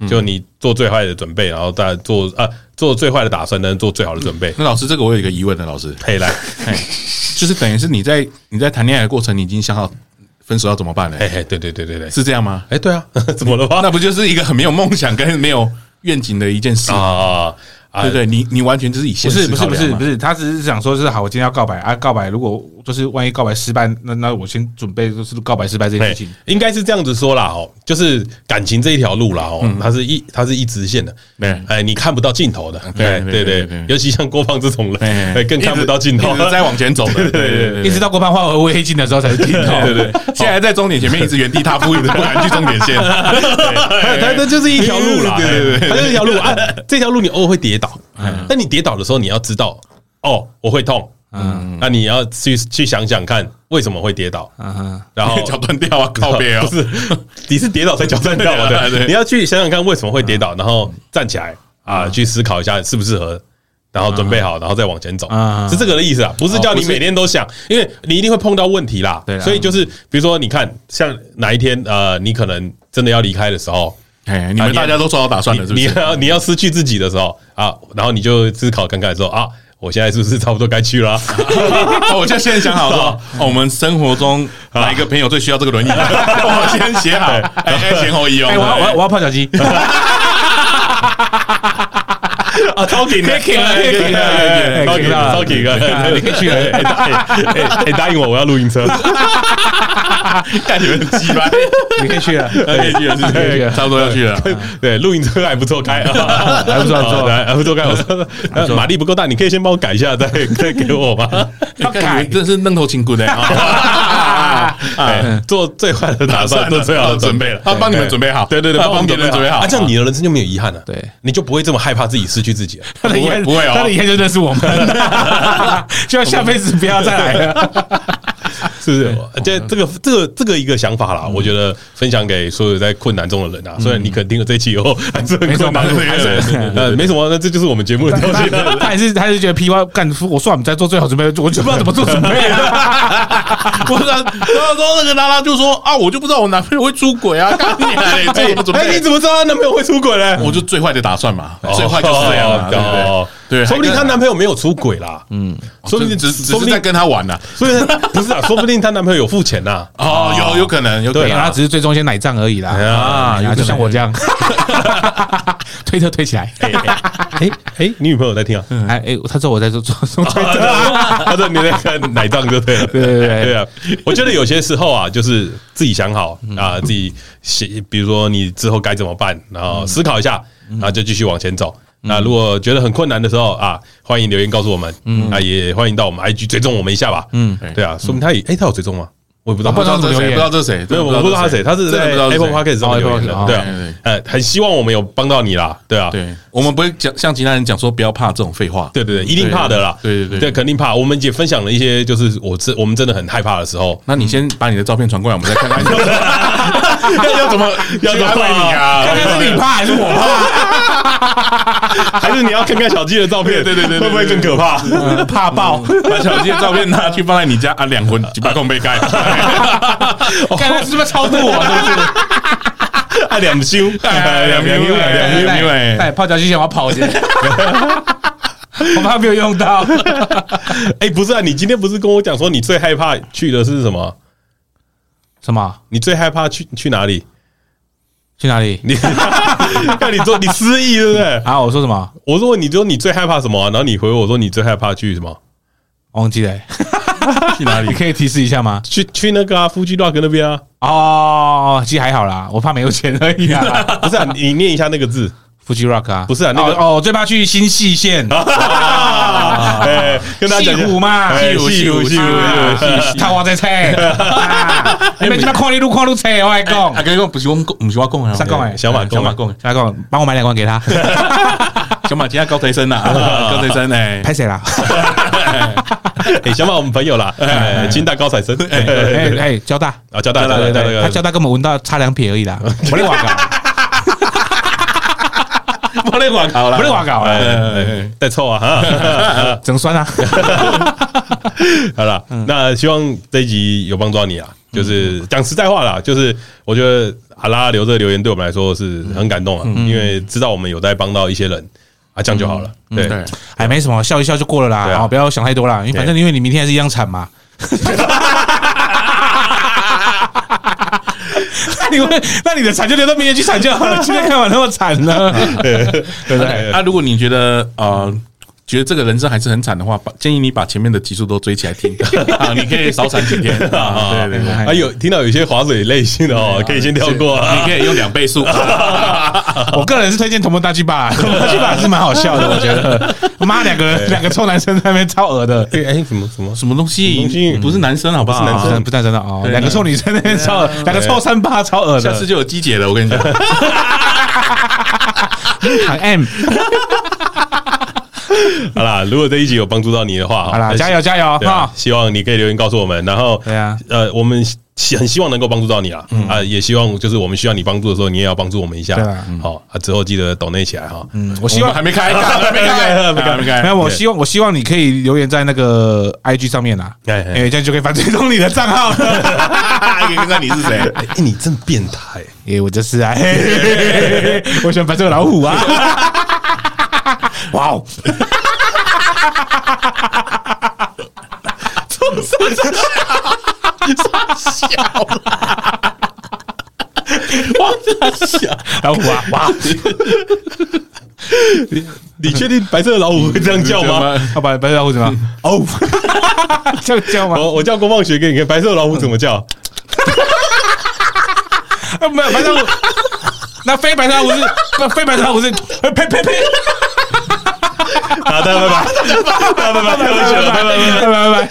B: 嗯
C: 就你做最坏的准备，然后再做啊做最坏的打算，能做最好的准备。
B: 那老师，这个我有一个疑问的，老师，
C: 可以来，
B: 就是等于是你在你在谈恋爱的过程，你已经想好分手要怎么办了、
C: 嘿嘿，对对对对对，
B: 是这样吗？
C: 哎，对啊， 怎么了吧？
B: 那不就是一个很没有梦想跟没有愿景的一件事，
C: 啊啊，
B: 对不对？你你完全就是以
D: 不
B: 现
D: 是
B: 实
D: 不是
B: 考
D: 不
B: 量
D: 是
B: 嘛
D: 不是，他只是想说，就是好，我今天要告白啊，告白如果就是万一告白失败，那那我先准备就是告白失败这件事
C: 对
D: 情。，
C: 应该是这样子说啦哦，就是感情这一条路啦哦，它是一它是一直线的，
B: 嗯对
C: 哎，你看不到尽头的，
B: 对
C: 对
B: 对
C: 对
B: 对
C: 对
B: 对，
C: 尤其像郭胖这种人，
B: 哎
C: 哎，更看不到尽头
B: 一，直在往前走的，对对
D: 一直到郭胖化为黑镜的时候才哦是尽头。
C: 对对对，
B: 现在在终点前面一直原地踏步，一直不敢去终点线。
C: 它它它就是一条路啦，
B: 哎对对嗯对
C: 它就是一条路啊。这条路你偶尔会跌倒，但你跌倒的时候你要知道，哦，我会痛，嗯，那你要去去想想看为什么会跌倒，
D: 嗯哼，
C: 然 后
B: 啊脚断掉啊，靠背啊
C: 不，是，你是跌倒才脚断掉
B: 对啊
C: 的，
B: 对嗯
C: 你要去想想看为什么会跌倒，然后站起来啊，去思考一下适不适合。然后准备好，然后再往前走，
B: 嗯
D: 啊
C: 是这个的意思啊，不
B: 哦
C: 是叫你每天都想，因为你一定会碰到问题啦。
B: 啊
D: 对啦
C: 所以就是比如说，你看像哪一天呃，你可能真的要离开的时候，
B: 哎，你们大家都做好打算了，是不
C: 你
B: 是？
C: 要你要失去自己的时候啊，然后你就思考看看说啊，我现在是不是差不多该去了 啊？
B: 哦我就先想好说，哦我们生活中哪一个朋友最需要这个轮椅？我先写好，哎，哎，先后一用
D: 哎，我要我要。我要泡脚机，
C: 啊，超紧的，
D: 可以 king 了可以
C: 哎
D: king 了
C: 超紧的，超紧的，你可以去了。哎哎哎，答应我，我要露营车，
B: 干你们很鸡巴，
D: 你可以去了。
C: 哎
B: 可以去了，是不
D: 可以去
B: 是？
D: 了
B: 差不多要去了。
C: 对，露营车还不错开啊，
D: 还不错 还不错
C: 好哎 还不错开。我说呃马力不够大，你可以先帮我改一下，再 再给我吧。
B: 他感觉真是愣头青骨的啊！
C: 哎，做最坏的打算，做最好的准备了。
B: 他帮你们准备好，
C: 对对对，
B: 他帮别人准备好
C: 啊，这样你的人生就没有遗憾了。
D: 对，
C: 你就不会这么害怕自己失去 自己了。
D: 他的遗憾
B: 不会不会哦
D: 他的遗憾就认识我 们，希望下辈子不要再来了。
C: 是不是？这
B: 嗯
C: 这个这个这个一个想法啦，我觉得分享给所有在困难中的人
B: 嗯
C: 啊。虽然你可能听了这一期以后还是很困难的一个人，呃，没什么，那这就是我们节目的调 性了。
D: 他也是，他是觉得 P Y 干，我算我们在做最好准备，我就不知道怎么做准备啊了。
B: 不是啊，然后然后那个拉拉就说啊，我就不知道我男朋友会出轨啊，干你啊，你做什么准
C: 哎，你
B: 备？
C: 怎么知道她男朋友会出轨嘞？
B: 我就最坏的打算嘛， 最坏就是这样嘛，对不对
C: 哦？
B: 对，
C: 说不定她男朋友没有出轨啦。嗯，说
B: 说
C: 不
B: 不
C: 定
B: 定哦只
C: 说
B: 只
C: 不
B: 是
C: 定
B: 在跟他玩呐。
C: 所以不是啊，说不定她男朋友有付钱啊呐。
B: 哦，有有可能，有可
C: 对
B: 能
C: 啦
D: 他只是最终先奶胀而已
B: 哎
D: 啦。
C: 啊
D: 啊，
C: 有可能
D: 就像我这样， 推特推起来。
C: 哎哎，你女朋友在听啊？
B: 嗯
D: 哎哎，他说我在做做做推特，
C: 他说你在看奶账就对了，对
D: 对对
C: 对啊！我觉得有些时候啊，就是自己想好啊，自己写，比如说你之后该怎么办，然后思考一下，然后就继续往前走。那如果觉得很困难的时候啊，欢迎留言告诉我们，啊，也欢迎到我们 IG 追踪我们一下吧。嗯，对啊，说明他也哎，他有追踪吗？我也不知道，
B: 啊不知道
D: 怎么
B: 这是
D: 留
B: 谁，
D: 言
B: 不知道这是谁，
C: 对，我不知道他谁，他是
B: 真的
C: 在
B: 不知道
C: Apple
B: 是谁
C: Podcast 上面
D: 哦
C: 留言的，
D: ，Apple Podcast，
C: 对
B: 哦对对
C: 啊，呃，很希望我们有帮到你啦，对啊，
B: 对，我们不会讲像其他人讲说不要怕这种废话。
C: 对对对，一定怕的啦，
B: 对对对
C: 对，肯定怕。我们也分享了一些，就是我真我们真的很害怕的时 候，
B: 那你先把你的照片传过来，我们再 看看要要怎么
C: 要
B: 去
C: 怎么
B: 安慰你啊？
D: 看看 是你怕还是我怕？
C: 还是你要看看小鸡的照片，
B: 啊对对对对对
C: 会不会更 可怕？
D: 怕爆！
B: 把小鸡的照片拿去放在你家啊，两魂几百空杯 盖，啊
D: 看他是不是超度我？是不是？
C: 啊，两 修，哎两修，两
B: 哎
C: 修。
B: 因为
D: 哎，泡脚机前我要跑先， 我怕没有用到。
C: 哎，不是啊，你今天不是跟我讲说你最害怕去的是什么？
D: 什么？
C: 你最害怕去去哪里？
D: 去哪里？
C: 你 看你说你失忆对不对？
D: 啊，我说什么？
C: 我说你说你最害怕什么啊、然后你回我说你最害怕去什么？
D: 忘记了欸。
B: 去哪
D: 你
B: 里？
D: 可以提示一下吗？
C: 去去那个啊，夫妻 rock 那边啊？
D: 哦，其实还好啦，我怕没有钱而 已啊。
C: 不是啊，你念一下那个 字。
D: Fuji Rock 啊，
C: 不是啊那个
D: 哦，哦我最怕去新细 线，
C: 哎，跟大家讲
D: 西湖嘛
C: 哎
D: 西湖
C: 西湖，西
D: 西
C: 湖
D: 湖，啊他我在 猜，啊你们这边看你路看路猜，我来讲
B: 啊，，跟你讲，不是我们讲，不是我讲的啊，
D: 谁讲的
B: 小马，
C: 小
B: 小
C: 马
B: 马讲，
D: 来讲，帮我买两罐给他，
B: 小马今天高材生呐， 高材生哎，
D: 拍谁啦？
C: 哎，小马，我们朋友啦，哎，清大高材生，
D: 哎
C: 哎，
D: 哎，交大，
C: 啊，交大，交大，
D: 对
C: 交
D: 对，
C: 大
D: 他，交大根本闻到差两撇而已 啦，我在瓦搞，
B: 不在广告啦
D: 我在瓦搞啊
C: 哎
D: 啦，
C: 哎，哎再凑啊！哈
D: 整酸啊，
C: 好了，
D: 嗯
C: 那希望这一集有帮助到你啊。就是讲实在话啦，就是我觉得阿拉留这个留言对我们来说是很感动啊，
D: 嗯
C: 因为知道我们有在帮到一些人啊，这样就好了。对，
B: 对，
D: 哎，没什么，笑一笑就过了
C: 对
D: 啦，
C: 啊
D: 哦，不要想太多啦，因为反正因为你明天还是一样惨嘛。 那你会，那你的惨就留到明天去惨就好 了，今天干嘛那么惨呢？
C: 对
B: 哎啊，如果你觉得呃。觉得这个人生还是很惨的话，把建议你把前面的集数都追起来 听啊，你可以少惨几天啊。对对对，
D: 哎
C: 啊，有听到有些划水类型的哦，可以先跳过啊。
B: 你可以用两 倍速。
D: 我个人是推荐《同盟大 鸡巴》，《同盟大鸡巴》还是蛮好笑的，我觉得。妈，两个人两个臭男生在那边超恶的，
C: 哎哎，什么
B: 什
C: 什么？
B: 么东
C: 什么东西
B: 西？不是男生好不好？
C: 不是男生
D: 真的不是真的哦，
B: 对
D: 两个臭女生在那边超恶，两个臭三八超恶
B: 下次
D: 的。
B: 就有鸡姐了，我跟 你讲。
D: 喊 M，
C: 好啦，如果这一集有帮助到你的话，
D: 好啦，加油加油
C: 对啊
D: 哈！
C: 希望你可以留言告诉我们，然后
D: 对啊，嗯
C: 呃，我们希很希望能够帮助到你啊，啊，也希望就是我们需要你帮助的时候，你也要帮助我们一下
D: 对啊，
C: 好啊，之后记得抖内起来哈，
D: 嗯，我希
B: 希望
D: 望
B: 还没开，还没啊 开，还没开，还没
D: 没
B: 开。
D: 有，我希望我希望你可以留言在那个 IG 上面啦，
C: 哎哎
D: 哎，这样就可以反追踪你的账号 了。
B: 一个看你是 谁？
C: 哎，你真变 态，
D: 哎，我就是啊，嘿嘿嘿嘿嘿 我喜欢反追老虎 啊！ 哇哦，
B: 哇，这小
D: 老虎啊，哇！
C: 你确定白色的老虎会这样叫吗？
D: 要把白老虎怎 么样？
C: 哦，
D: 这样叫吗？
C: 我我叫郭放学给你看白色的老虎怎 么叫？
D: 啊，没有白老虎，那非白老虎是不非白老虎是呸呸呸呸，
C: 好的，拜拜，拜拜，拜拜，拜拜，拜拜，拜拜。
D: 拜拜拜拜。